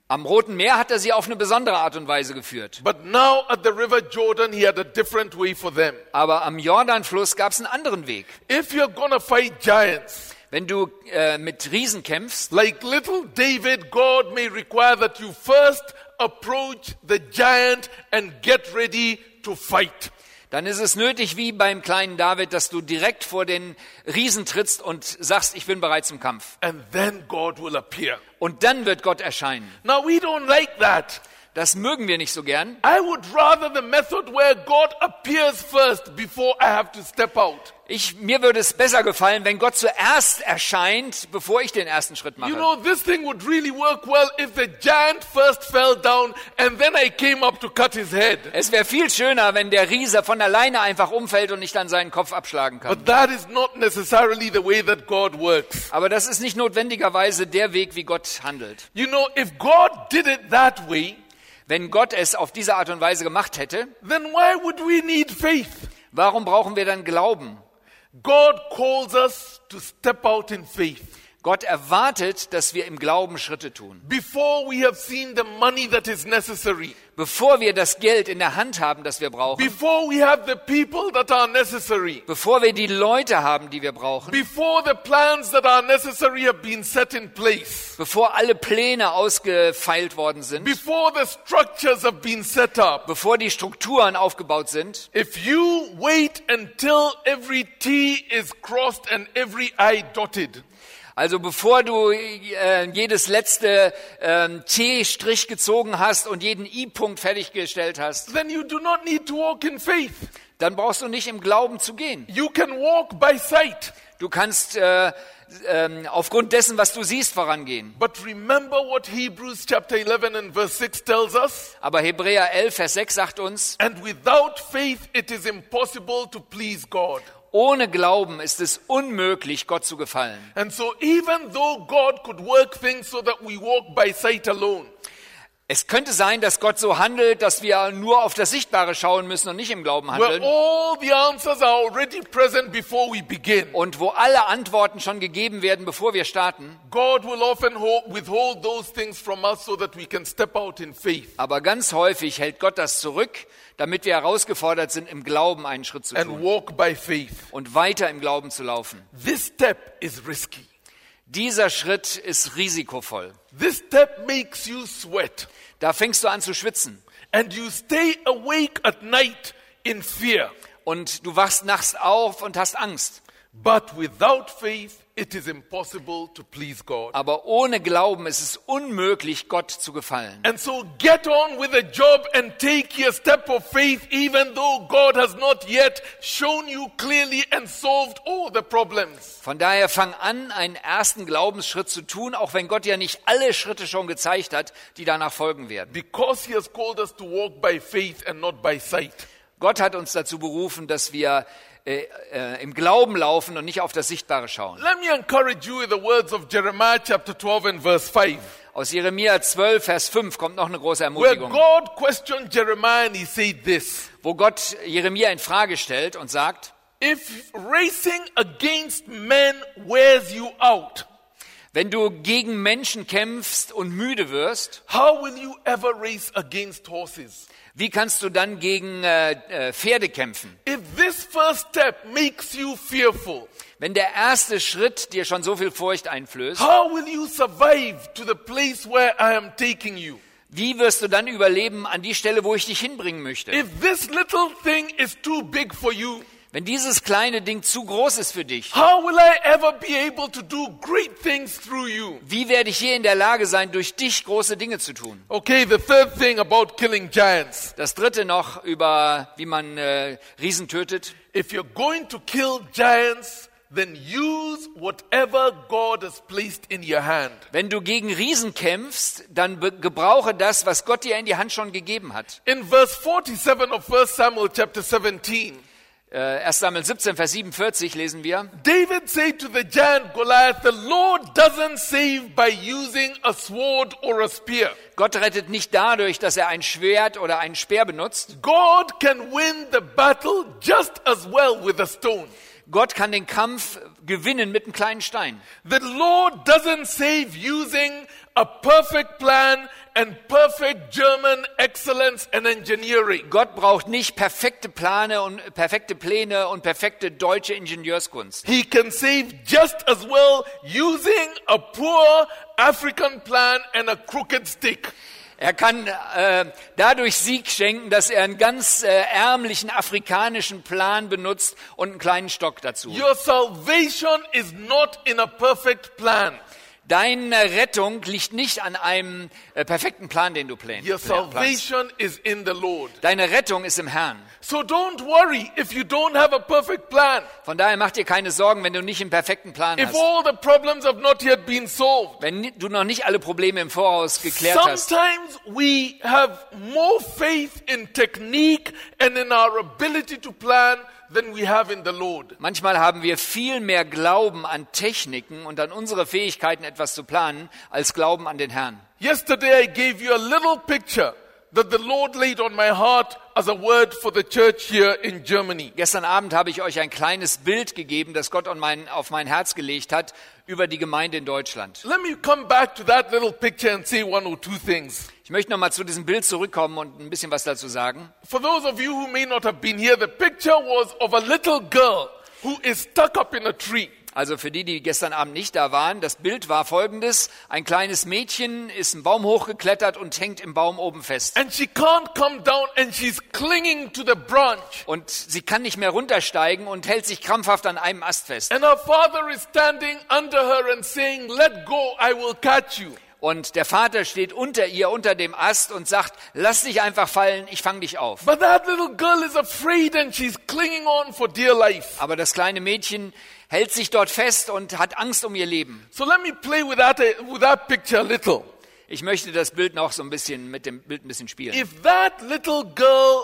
Am Roten Meer hat er sie auf eine besondere Art und Weise geführt.
But now at the River Jordan, he had a different way for them.
Aber am Jordanfluss gab es einen anderen Weg.
If you're gonna fight giants,
Wenn du äh, mit Riesen kämpfst,
like little David, God may require that you first approach the giant and get ready to fight.
dann ist es nötig, wie beim kleinen David, dass du direkt vor den Riesen trittst und sagst, ich bin bereit zum Kampf.
And then God will appear.
Und dann wird Gott erscheinen.
Now, we don't like that.
Das mögen wir nicht so gern.
I would rather the method where God appears first before I have to step out.
Ich, mir würde es besser gefallen, wenn Gott zuerst erscheint, bevor ich den ersten Schritt mache.
You know, this thing would really work well if the giant first fell down and then I came up to cut his head.
es wäre viel schöner, wenn der Riese von alleine einfach umfällt und ich dann seinen Kopf abschlagen kann.
But that is not necessarily the way that God works.
Aber das ist nicht notwendigerweise der Weg, wie Gott handelt.
You know, if God did it that way,
Wenn Gott es auf diese Art und Weise gemacht hätte,
then why would we need faith?
warum brauchen wir dann Glauben?
God calls us to step out in faith
Gott erwartet, dass wir im Glauben Schritte tun.
before we have seen the money that is necessary.
Bevor wir das Geld in der Hand haben, das wir brauchen,
before we have the people that are necessary,
bevor wir die Leute haben, die wir brauchen,
before the plans that are necessary have been set in place,
bevor alle Pläne ausgefeilt worden sind,
before the structures have been set up.
bevor die Strukturen aufgebaut sind,
If you wait until every T is crossed and every I dotted,
also bevor du äh, jedes letzte ähm, T-Strich gezogen hast und jeden I-Punkt fertiggestellt hast,
then you do not need to walk in faith.
dann brauchst du nicht im Glauben zu gehen.
You can walk by sight.
Du kannst äh, ähm, aufgrund dessen, was du siehst, vorangehen.
But remember what Hebrews chapter 11 and verse 6 tells us?
Aber Hebräer 11, Vers 6 sagt uns,
And without faith, it is impossible to please God.
Ohne Glauben ist es unmöglich, Gott zu gefallen.
And so, even though God could work things so that we walk by sight alone,
Es könnte sein, dass Gott so handelt, dass wir nur auf das Sichtbare schauen müssen und nicht im Glauben
where
handeln.
all the answers are already present before we begin,
Und wo alle Antworten schon gegeben werden, bevor wir starten.
God will often ho- withhold those things from us so that we can step out in faith.
Aber ganz häufig hält Gott das zurück, damit wir herausgefordert sind, im Glauben einen Schritt zu
and
tun
walk by faith.
und weiter im Glauben zu laufen.
This step is risky.
Dieser Schritt ist risikovoll.
This step makes you sweat
Da fängst du an zu schwitzen
and you stay awake at night in fear.
und du wachst nachts auf und hast Angst.
But without faith, it is impossible to please God.
Aber ohne Glauben ist es unmöglich, Gott zu gefallen.
And so get on with the job and take your step of faith, even though God has not yet shown you clearly and solved all the problems.
Von daher fang an, einen ersten Glaubensschritt zu tun, auch wenn Gott ja nicht alle Schritte schon gezeigt hat, die danach folgen werden.
Because He has called us to walk by faith and not by sight.
Gott hat uns dazu berufen, dass wir äh, äh, im Glauben laufen und nicht auf das Sichtbare schauen.
Let me encourage you with the words of Jeremiah chapter 12 and verse 5.
Aus Jeremia 12, Vers 5 kommt noch eine große
where
Ermutigung,
God questioned Jeremiah and he said this
wo Gott Jeremia in Frage stellt und sagt,
If racing against men wears you out,
wenn du gegen Menschen kämpfst und müde wirst,
how will you ever race against horses?
wie kannst du dann gegen äh, äh, Pferde kämpfen?
If this first step makes you fearful,
Wenn der erste Schritt dir schon so viel Furcht einflößt,
how will you survive to the place where I am taking you?
Wie wirst du dann überleben an die Stelle, wo ich dich hinbringen möchte?
If this little thing is too big for you,
Wenn dieses kleine Ding zu groß ist für dich,
how will I ever be able to do great things through you?
wie werde ich je in der Lage sein, durch dich große Dinge zu tun?
Okay, the third thing about killing giants.
Das dritte noch über, wie man äh, Riesen tötet.
If you're going to kill giants, then use whatever God has placed in your hand.
Wenn du gegen Riesen kämpfst, dann be- gebrauche das, was Gott dir in die Hand schon gegeben hat.
In verse 47 of 1 Samuel chapter 17,
Äh, 1 Samuel 17, Vers 47 lesen wir.
David said to the giant Goliath, The Lord doesn't save by using a sword or a spear.
Gott rettet nicht dadurch, dass er ein Schwert oder einen Speer benutzt.
God can win the battle just as well with a stone.
Gott kann den Kampf gewinnen mit einem kleinen Stein.
The Lord doesn't save using a perfect plan and perfect German excellence and engineering.
Gott braucht nicht perfekte Plane und perfekte Pläne und perfekte deutsche Ingenieurskunst.
He can save just as well using a poor African plan and a crooked stick.
Er kann äh, dadurch Sieg schenken, dass er einen ganz äh, ärmlichen afrikanischen Plan benutzt und einen kleinen Stock dazu.
Your salvation is not in a perfect plan.
Deine Rettung liegt nicht an einem äh, perfekten Plan, den du plän-
Your
pla- planst.
salvation is in the Lord.
Deine Rettung ist im Herrn.
So don't worry if you don't have a perfect plan,
Von daher mach dir keine Sorgen, wenn du nicht einen perfekten Plan
if
hast.
all the problems have not yet been solved.
Wenn ni- du noch nicht alle Probleme im Voraus geklärt hast.
Sometimes we have more faith in technique and in our ability to plan than we have in the Lord.
Manchmal haben wir viel mehr Glauben an Techniken und an unsere Fähigkeiten, etwas zu planen, als Glauben an den Herrn.
Yesterday I gave you a little picture that the Lord laid on my heart as a word for the church here in Germany.
Gestern Abend habe ich euch ein kleines Bild gegeben, das Gott on mein, auf mein Herz gelegt hat, über die Gemeinde in Deutschland.
Let me come back to that little picture and say one or two things.
Ich möchte nochmal zu diesem Bild zurückkommen und ein bisschen was dazu sagen.
For those of you who may not have been here, the picture was of a little girl who is stuck up in a tree.
Also für die, die gestern Abend nicht da waren, das Bild war folgendes. Ein kleines Mädchen ist einen Baum hochgeklettert und hängt im Baum oben fest.
And she can't come down and she's clinging to the branch.
Und sie kann nicht mehr runtersteigen und hält sich krampfhaft an einem Ast fest.
And her father is standing under her and saying, Let go, I will catch you.
Und der Vater steht unter ihr, unter dem Ast und sagt, lass dich einfach fallen, ich fang dich auf.
But that little girl is afraid and she's clinging on for dear life.
Aber das kleine Mädchen hält sich dort fest und hat Angst um ihr Leben.
So let me play with that, uh, with that picture a little.
Ich möchte das Bild noch so ein bisschen mit dem Bild ein bisschen spielen.
If that little girl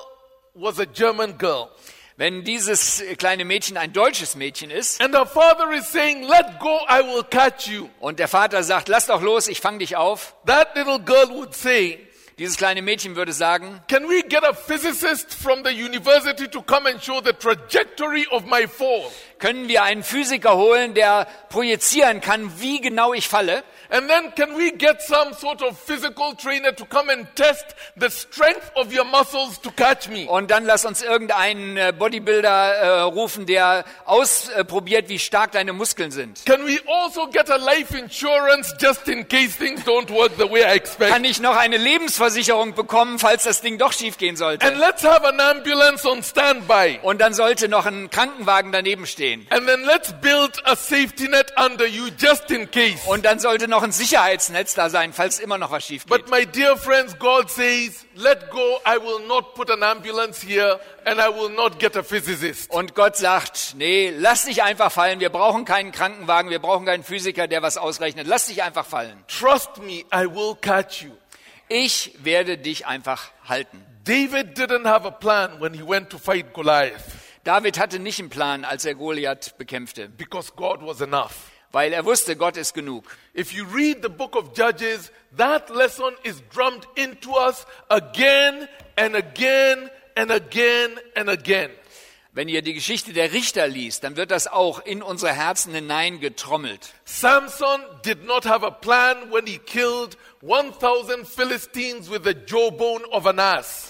was a German girl,
Wenn dieses äh, kleine Mädchen ein deutsches Mädchen ist
And the father is saying, Let go, I will catch you.
und der Vater sagt, lass doch los, ich fang dich auf,
That little girl would say,
dieses kleine Mädchen würde sagen,
Can we get a physicist from the university to come and show the trajectory of my fall?
können wir einen Physiker holen, der projizieren kann, wie genau ich falle?
And then can we get some sort of physical trainer to come and test the strength of your muscles to catch me?
Und dann lass uns irgendeinen äh, Bodybuilder äh, rufen, der ausprobiert, wie stark deine Muskeln sind.
Can we also get a life insurance just in case things don't work the way I expect?
Kann ich noch eine Lebensversicherung bekommen, falls das Ding doch schief gehen
And
sollte?
let's have an ambulance on standby.
Und dann sollte noch ein Krankenwagen daneben stehen.
And then let's build a safety net under you just in case.
Und dann sollte noch ein Sicherheitsnetz da sein, falls immer noch was schief geht.
But my dear friends, God says, let go. I will not put an ambulance here and I will not get a physicist.
Und Gott sagt, nee, lass dich einfach fallen. Wir brauchen keinen Krankenwagen, wir brauchen keinen Physiker, der was ausrechnet. Lass dich einfach fallen.
Trust me, I will catch you.
Ich werde dich einfach halten.
David didn't have a plan when he went to fight Goliath
David hatte nicht einen Plan, als er Goliath bekämpfte,
because God was enough.
weil er wusste, Gott ist genug.
If you read the book of Judges, that lesson is drummed into us again and again and again and again.
Wenn ihr die Geschichte der Richter liest, dann wird das auch in unsere Herzen hineingetrommelt.
Samson did not have a plan when he killed 1,000 Philistines with the jawbone of an ass.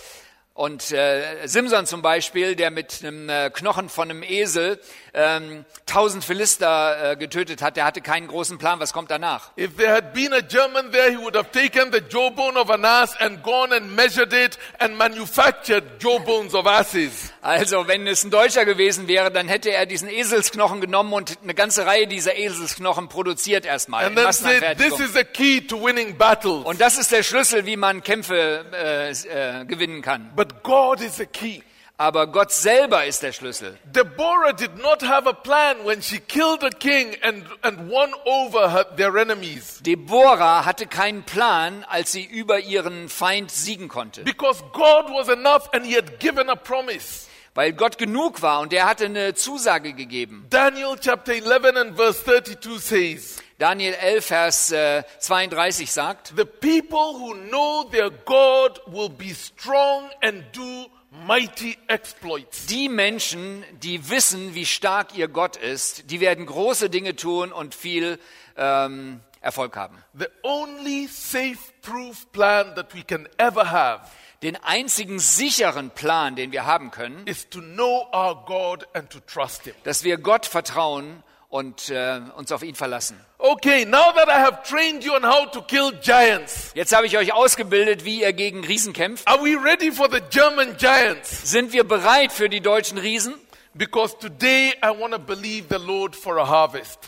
Und äh, Simson zum Beispiel, der mit einem äh, Knochen von einem Esel ähm, tausend Philister äh, getötet hat, der hatte keinen großen Plan, was kommt danach.
If there had been a German there, he would have taken the jawbone of an ass and gone and measured it and manufactured jawbones of asses.
Also wenn es ein Deutscher gewesen wäre, dann hätte er diesen Eselsknochen genommen und eine ganze Reihe dieser Eselsknochen produziert erstmal.
And
in
then said,
Massenanfertigung.
This is the key to winning battles.
Und das ist der Schlüssel, wie man Kämpfe äh, äh, gewinnen kann.
But God is the key.
Aber Gott selber ist der Schlüssel.
Deborah did not have a plan when she killed a king and, and won over her, their enemies
Deborah hatte keinen Plan, als sie über ihren Feind siegen konnte,
because God was enough and he had given a promise.
weil Gott genug war und er hatte eine Zusage gegeben.
Daniel chapter 11 and verse 32 says,
Daniel 11, Vers äh, 32 sagt,
The people who know their God will be strong and do mighty exploits.
die Menschen, die wissen, wie stark ihr Gott ist, die werden große Dinge tun und viel ähm, Erfolg haben.
The only safe proof plan that we can ever have
Den einzigen sicheren Plan, den wir haben können,
is to know our God and to trust Him.
dass wir Gott vertrauen und äh, uns auf ihn verlassen.
Okay, now that I have trained you on how to kill giants,
Jetzt habe ich euch ausgebildet, wie ihr gegen Riesen kämpft.
are we ready for the German giants?
Sind wir bereit für die deutschen Riesen?
Because today I want to believe the Lord for a harvest.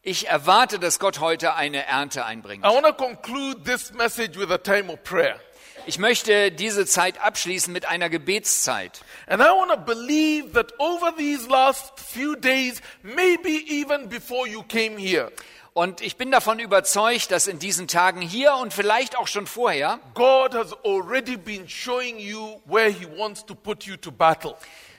Ich erwarte, dass Gott heute eine Ernte einbringt.
I want to conclude this message with a time of prayer.
Ich möchte diese Zeit abschließen mit einer Gebetszeit.
And I want to believe that over these last few days, maybe even before you came here,
Und ich bin davon überzeugt, dass in diesen Tagen hier und vielleicht auch schon vorher
God has already been showing you where He wants to put you to battle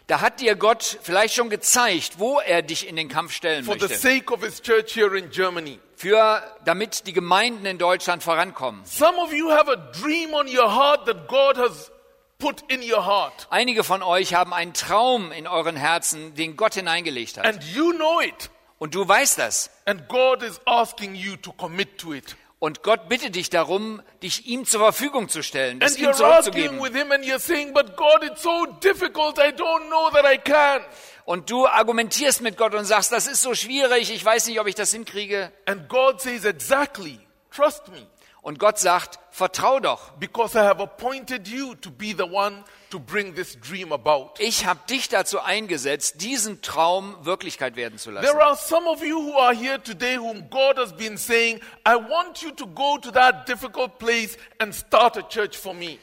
Da hat dir Gott vielleicht schon gezeigt, wo er dich in den Kampf stellen
for the
möchte,
sake of His church here in Germany.
für, damit die Gemeinden in Deutschland vorankommen.
Some of you have a dream on your heart that God has put in your heart,
Einige von euch haben einen Traum in euren Herzen, den Gott hineingelegt hat.
and you know it,
Und du weißt das.
and God is asking you to commit to it.
Und Gott bittet dich darum, dich ihm zur Verfügung zu stellen,
And
es ihm
you're arguing
zurückzugeben.
with Him, and you're saying, But God, it's so difficult, I don't know that I can.
Und du argumentierst mit Gott und sagst, das ist so schwierig, ich weiß nicht, ob ich das hinkriege.
And God says, Exactly, trust me.
Und Gott sagt, vertrau doch.
Because I have appointed you to be the one to bring this dream about.
Ich habe dich dazu eingesetzt, diesen Traum Wirklichkeit werden zu lassen.
There are some of you who are here today whom God has been saying, I want you to go to that difficult place and start a church for me.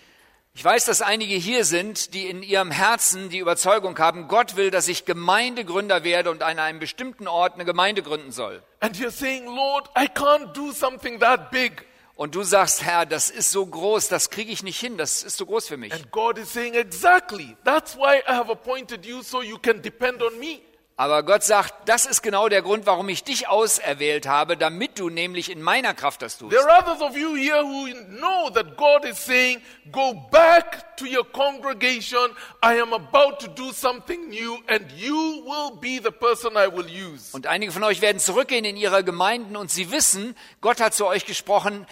Ich weiß, dass einige hier sind, die in ihrem Herzen die Überzeugung haben, Gott will, dass ich Gemeindegründer werde und an einem bestimmten Ort eine Gemeinde gründen soll.
And you're saying, Lord, I can't do something that big.
Und du sagst, Herr, das ist so groß, das kriege ich nicht hin, das ist so groß für mich.
And God is saying, exactly. That's why I have appointed you so you can depend on me.
Aber Gott sagt, das ist genau der Grund, warum ich dich auserwählt habe, damit du nämlich in meiner Kraft das tust.
There are others of you here who know that God is saying, Go back to your congregation. I am about to do something new, and you will be the person I will use.
Und einige von euch werden zurückgehen in ihre Gemeinden und sie wissen, Gott hat zu euch gesprochen,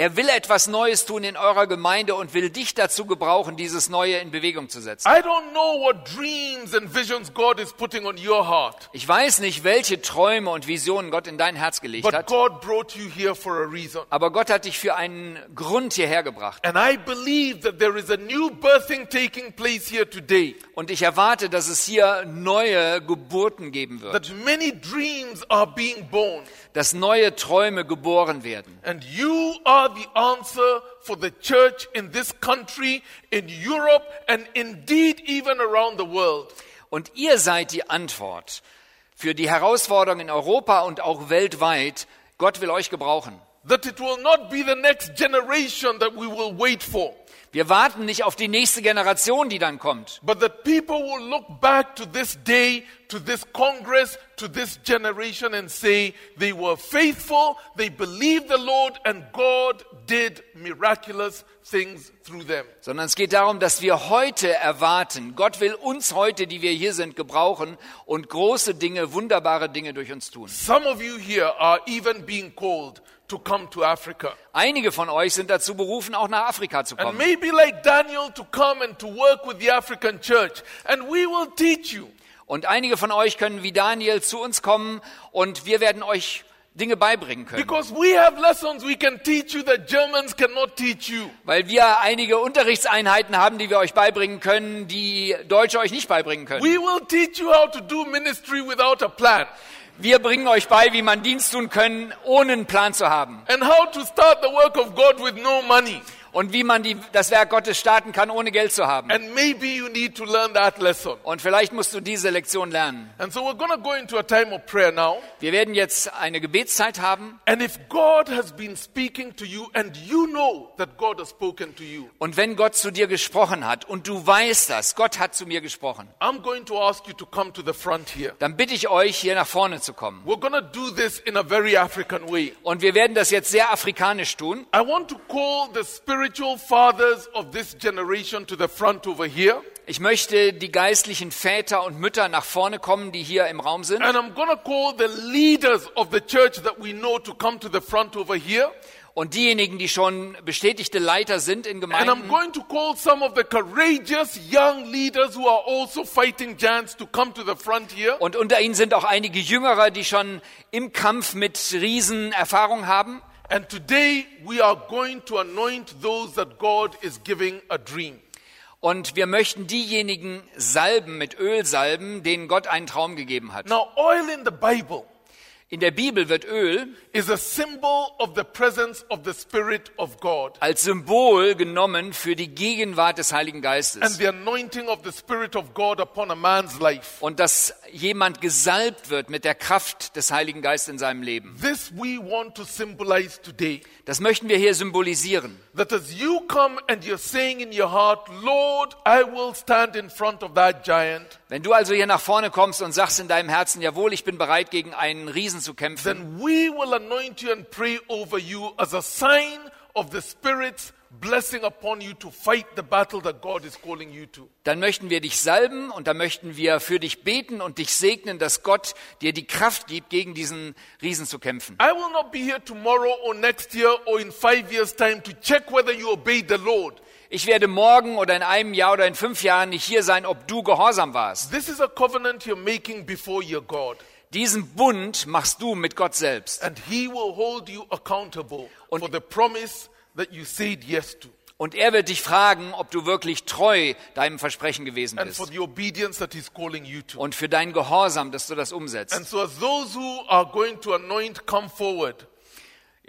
er will etwas Neues tun in eurer Gemeinde und will dich dazu gebrauchen, dieses Neue in Bewegung zu setzen.
I don't know what dreams and visions God is putting on your heart,
Ich weiß nicht, welche Träume und Visionen Gott in dein Herz gelegt
but
hat,
God brought you here for a reason.
aber Gott hat dich für einen Grund hierher gebracht.
And I believe that there is a new birthing taking place here today.
Und ich erwarte, dass es hier neue Geburten geben wird,
That many dreams are being born,
dass neue Träume geboren werden.
and you are the answer for the church in this country, in Europe, and indeed even around the world.
Und ihr seid die Antwort für die Herausforderungen in Europa und auch weltweit. Gott will euch gebrauchen.
That it will not be the next generation that we will wait for,
Wir warten nicht auf die nächste Generation, die dann kommt,
but that people will look back to this day, to this Congress, to this generation and say, they were faithful, they believed the Lord, and God did miraculous things through them.
sondern es geht darum, dass wir heute erwarten. Gott will uns heute, die wir hier sind, gebrauchen und große Dinge, wunderbare Dinge durch uns tun.
Some of you here are even being called to come to Africa.
Einige von euch sind dazu berufen, auch nach Afrika zu
And
kommen.
maybe like Daniel to come and to work with the African church. And we will teach you.
Und einige von euch können wie Daniel zu uns kommen und wir werden euch Dinge beibringen können.
Because we have lessons we can teach you that Germans cannot teach you.
Weil wir einige Unterrichtseinheiten haben, die wir euch beibringen können, die Deutsche euch nicht beibringen können.
We will teach you how to do ministry without a plan.
Wir bringen euch bei, wie man Dienst tun können, ohne einen Plan zu haben.
And how to start the work of God with no money.
Und wie man die, das Werk Gottes starten kann, ohne Geld zu haben.
And maybe you need to learn that lesson.
Und vielleicht musst du diese Lektion lernen.
And so we're going to go into a time of prayer now.
Wir werden jetzt eine Gebetszeit haben.
And if God has been speaking to you and you know that God has spoken to you,
Und wenn Gott zu dir gesprochen hat und du weißt das, Gott hat zu mir gesprochen,
I'm going to ask you to come to the front here.
dann bitte ich euch, hier nach vorne zu kommen.
We're going to do this in a very African way.
Und wir werden das jetzt sehr afrikanisch tun.
I want to call the spiritual fathers of this generation to the front over here.
Ich möchte die geistlichen Väter und Mütter nach vorne kommen, die hier im Raum sind.
And I'm going to call the leaders of the church that we know to come to the front over here.
Und diejenigen, die schon bestätigte Leiter sind in
And I'm
Gemeinden.
going to call some of the courageous young leaders who are also fighting giants to come to the front here.
Und unter ihnen sind auch einige Jüngere, die schon im Kampf mit Riesen Erfahrung haben.
And today we are going to anoint those that God is giving a dream.
Und wir möchten diejenigen salben, mit Öl salben, denen Gott einen Traum gegeben hat.
Now, oil in the Bible
In der Bibel wird Öl
is a symbol of the presence of the Spirit of God.
als Symbol genommen für die Gegenwart des Heiligen
and
Geistes.
the anointing of the Spirit of God upon a man's life.
Und dass jemand gesalbt wird mit der Kraft des Heiligen Geistes in seinem Leben.
This we want to symbolize today.
Das möchten wir hier symbolisieren.
That as you come and you're saying in your heart, Lord, I will stand in front of that giant,
Wenn du also hier nach vorne kommst und sagst in deinem Herzen, jawohl, ich bin bereit, gegen einen Riesen zu kämpfen,
then we will anoint you and pray over you as a sign of the Spirit's blessing upon you to fight the battle that God is calling you to.
dann möchten wir dich salben und dann möchten wir für dich beten und dich segnen, dass Gott dir die Kraft gibt, gegen diesen Riesen zu kämpfen.
I will not be here tomorrow or next year or in five years' time to check whether you obeyed the Lord.
Ich werde morgen oder in einem Jahr oder in fünf Jahren nicht hier sein, ob du gehorsam warst.
This is a covenant you're making before your God.
Diesen Bund machst du mit Gott selbst.
And he will hold you accountable
Und-
for the promise that you said yes to
Und er wird dich fragen, ob du wirklich treu deinem Versprechen gewesen
and for
bist.
the obedience that he's calling you to.
Und für deinen Gehorsam, dass du das umsetzt.
And so, as those who are going to anoint come forward,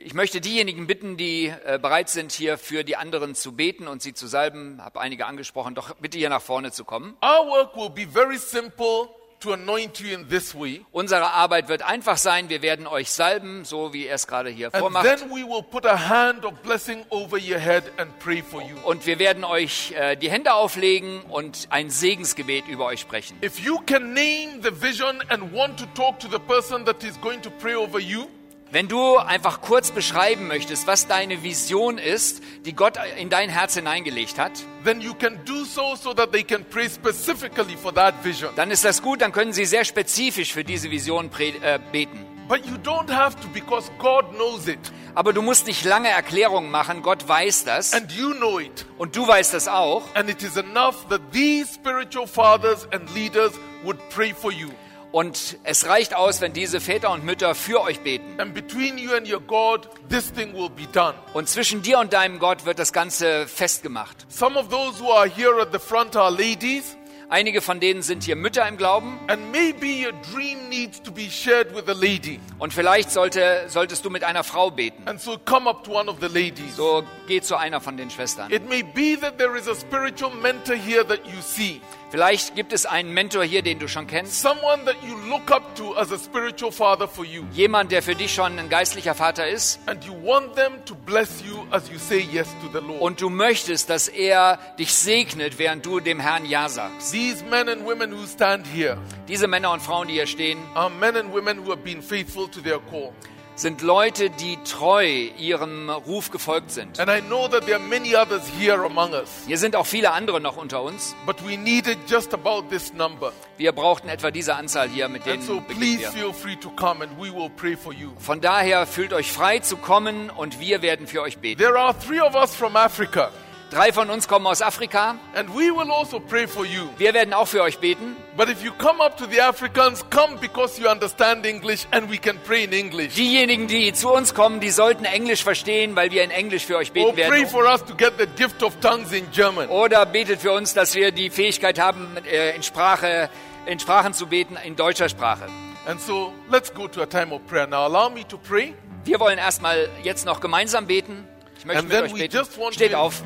Ich möchte diejenigen bitten, die äh, bereit sind, hier für die anderen zu beten und sie zu salben, habe einige angesprochen, doch bitte hier nach vorne zu kommen.
our work will be very simple to anoint you in this way.
Unsere Arbeit wird einfach sein, wir werden euch salben, so wie er es gerade hier
And
vormacht.
then we will put a hand of blessing over your head and pray for you.
Und wir werden euch äh, die Hände auflegen und ein Segensgebet über euch sprechen.
If you can name the vision and want to talk to the person that is going to pray over you,
Wenn du einfach kurz beschreiben möchtest, was deine Vision ist, die Gott in dein Herz hineingelegt hat,
then you can do so so that they can pray specifically for that vision.
dann ist das gut, dann können sie sehr spezifisch für diese Vision pre äh, beten.
But you don't have to because God knows it
Aber du musst nicht lange Erklärungen machen, Gott weiß das
and you know it.
und du weißt das auch.
And it is enough that these spiritual fathers and leaders would pray for you.
Und es reicht aus, wenn diese Väter und Mütter für euch beten.
And between you and your God, this thing will be done.
Und zwischen dir und deinem Gott wird das Ganze festgemacht.
Some of those who are here at the front are ladies,
Einige von denen sind hier Mütter im Glauben
and maybe your dream needs to be shared with a lady.
und vielleicht sollte, solltest du mit einer Frau beten.
And so come up to one of the ladies.
So geh zu einer von den Schwestern.
It may be that there is a spiritual mentor here that you see,
Vielleicht gibt es einen Mentor hier, den du schon kennst.
someone that you look up to as a spiritual father for you,
Jemand, der für dich schon ein geistlicher Vater ist.
and you want them to bless you as you say yes to the Lord.
Und du möchtest, dass er dich segnet, während du dem Herrn Ja sagst.
These men and women who stand here
Diese Männer und Frauen, die hier stehen,
are men and women who have been faithful to their call.
sind Leute, die treu ihrem Ruf gefolgt sind.
And I know that there are many others here among us,
Hier sind auch viele andere noch unter uns.
but we needed just about this number.
Wir brauchten etwa diese Anzahl hier, mit
And
denen
so
beginnen
please
wir.
feel free to come and we will pray for you.
Von daher fühlt euch frei zu kommen und wir werden für euch beten.
There are three of us from Africa,
Drei von uns kommen aus Afrika.
and we will also pray for you.
Wir werden auch für euch beten.
But if you come up to the Africans, come because you understand English and we can pray in English.
Diejenigen, die zu uns kommen, die sollten Englisch verstehen, weil wir in Englisch für euch
Or
beten
Oh, pray
werden.
for us to get the gift of tongues in German.
Oder betet für uns, dass wir die Fähigkeit haben, äh, in, Sprache, in Sprachen zu beten, in deutscher Sprache.
And so let's go to a time of prayer. Now allow me to pray.
Wir wollen erstmal jetzt noch gemeinsam beten. Ich möchte
And
mit
then
euch
we
beten.
just want
Steht
to-
auf.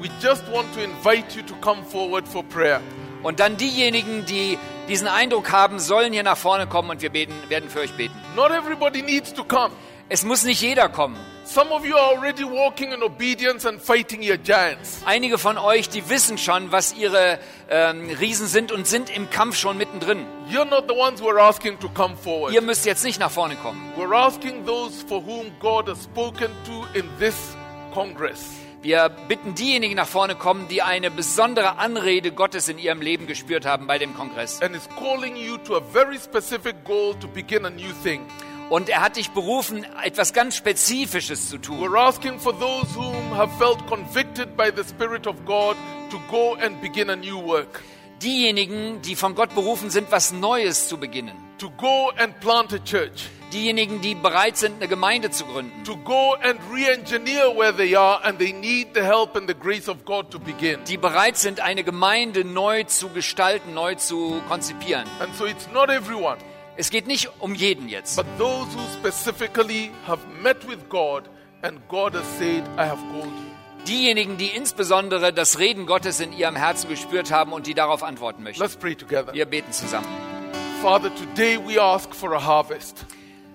We just want to invite you to come forward for prayer.
Und dann diejenigen, die diesen Eindruck haben, sollen hier nach vorne kommen und wir beten, werden für euch beten.
Not everybody needs to come.
Es muss nicht jeder kommen.
Some of you are already walking in obedience and fighting your giants.
Einige von euch, die wissen schon, was ihre ähm, Riesen sind und sind im Kampf schon mittendrin.
You're not the ones we're asking to come forward.
Ihr müsst jetzt nicht nach vorne kommen.
We're asking those for whom God has spoken to in this Congress.
Wir bitten diejenigen nach vorne kommen, die eine besondere Anrede Gottes in ihrem Leben gespürt haben bei dem Kongress.
and is calling you to a very specific goal to begin a new thing.
Und er hat dich berufen, etwas ganz Spezifisches zu tun.
We're asking for those whom have felt convicted by the Spirit of God to go and begin a new work,
Diejenigen, die von Gott berufen sind, was Neues zu beginnen.
to go and plant a church,
Diejenigen, die bereit sind, eine Gemeinde zu gründen.
to go and re engineer where they are and they need the help and the grace of God to begin.
Die bereit sind, eine Gemeinde neu zu gestalten, neu zu konzipieren.
And so it's not everyone,
Es geht nicht um jeden jetzt.
but those who specifically have met with God and God has said, I have called you.
Diejenigen, die insbesondere das Reden Gottes in ihrem Herzen gespürt haben und die darauf antworten möchten.
Let's pray together.
Wir beten zusammen.
Father, today we ask for a harvest.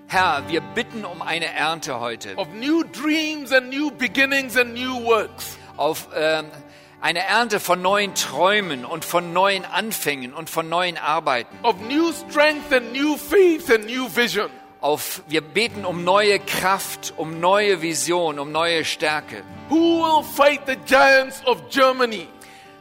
Herr, wir bitten um eine Ernte heute.
of new dreams and new beginnings and new works.
Auf ähm, eine Ernte von neuen Träumen und von neuen Anfängen und von neuen Arbeiten.
Of new strength and new faith and new vision.
Auf, wir beten um neue Kraft, um neue Vision, um neue Stärke.
Who will fight the giants of Germany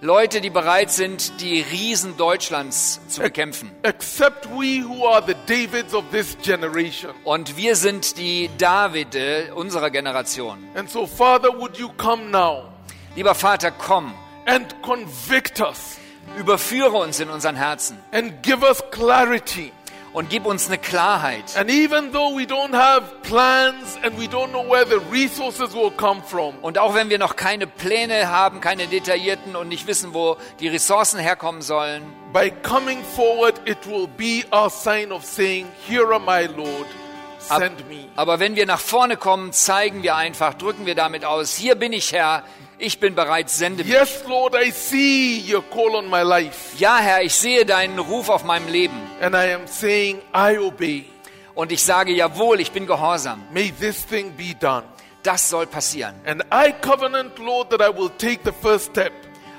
Leute, die bereit sind, die Riesen Deutschlands zu bekämpfen.
except we who are the Davids of this generation?
Und wir sind die Davide unserer Generation.
And so, Father, would you come now
Lieber Vater, komm,
and convict us
überführe uns in unseren Herzen
and give us clarity?
und gib uns eine Klarheit.
And even though we don't have plans and we don't know where the resources will come from,
Und auch wenn wir noch keine Pläne haben, keine detaillierten und nicht wissen, wo die Ressourcen herkommen sollen,
by coming forward, it will be our sign of saying, Here am I, Lord,
Ab-
send me.
Aber wenn wir nach vorne kommen, zeigen wir einfach, drücken wir damit aus, hier bin ich Herr, ich bin bereit, sende mich.
Yes, Lord, I see your call on my life.
Ja, Herr, ich sehe deinen Ruf auf meinem Leben
And I am saying, I obey.
und ich sage, jawohl, ich bin gehorsam.
May this thing be done.
Das soll passieren.
And I covenant, Lord, that I will take the first step.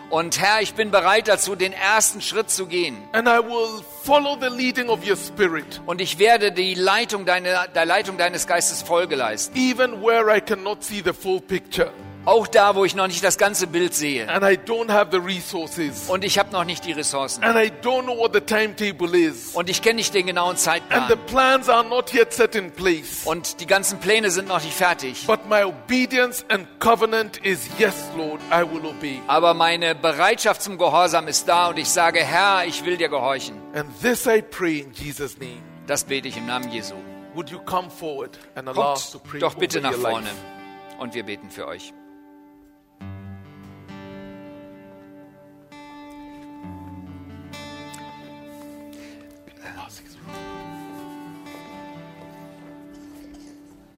Und Herr, ich bin bereit dazu, den ersten Schritt zu gehen.
And I will follow the leading of your spirit,
Und ich werde die Leitung deiner, der Leitung deines Geistes Folge leisten.
even where I cannot see the full picture.
Auch da, wo ich noch nicht das ganze Bild sehe.
And I don't have the resources.
Und ich habe noch nicht die Ressourcen.
And I don't know what the timetable is.
Und ich kenne nicht den genauen
And the
Zeitplan.
plans are not yet set in place.
Und die ganzen Pläne sind noch nicht fertig.
But my obedience and covenant is yes, Lord, I will obey.
Aber meine Bereitschaft zum Gehorsam ist da und ich sage, Herr, ich will dir gehorchen.
And this I pray in Jesus' name.
Das bete ich im Namen Jesu.
Would you come forward and allow us to pray
Kommt doch bitte
over
nach
your life?
vorne und wir beten für euch.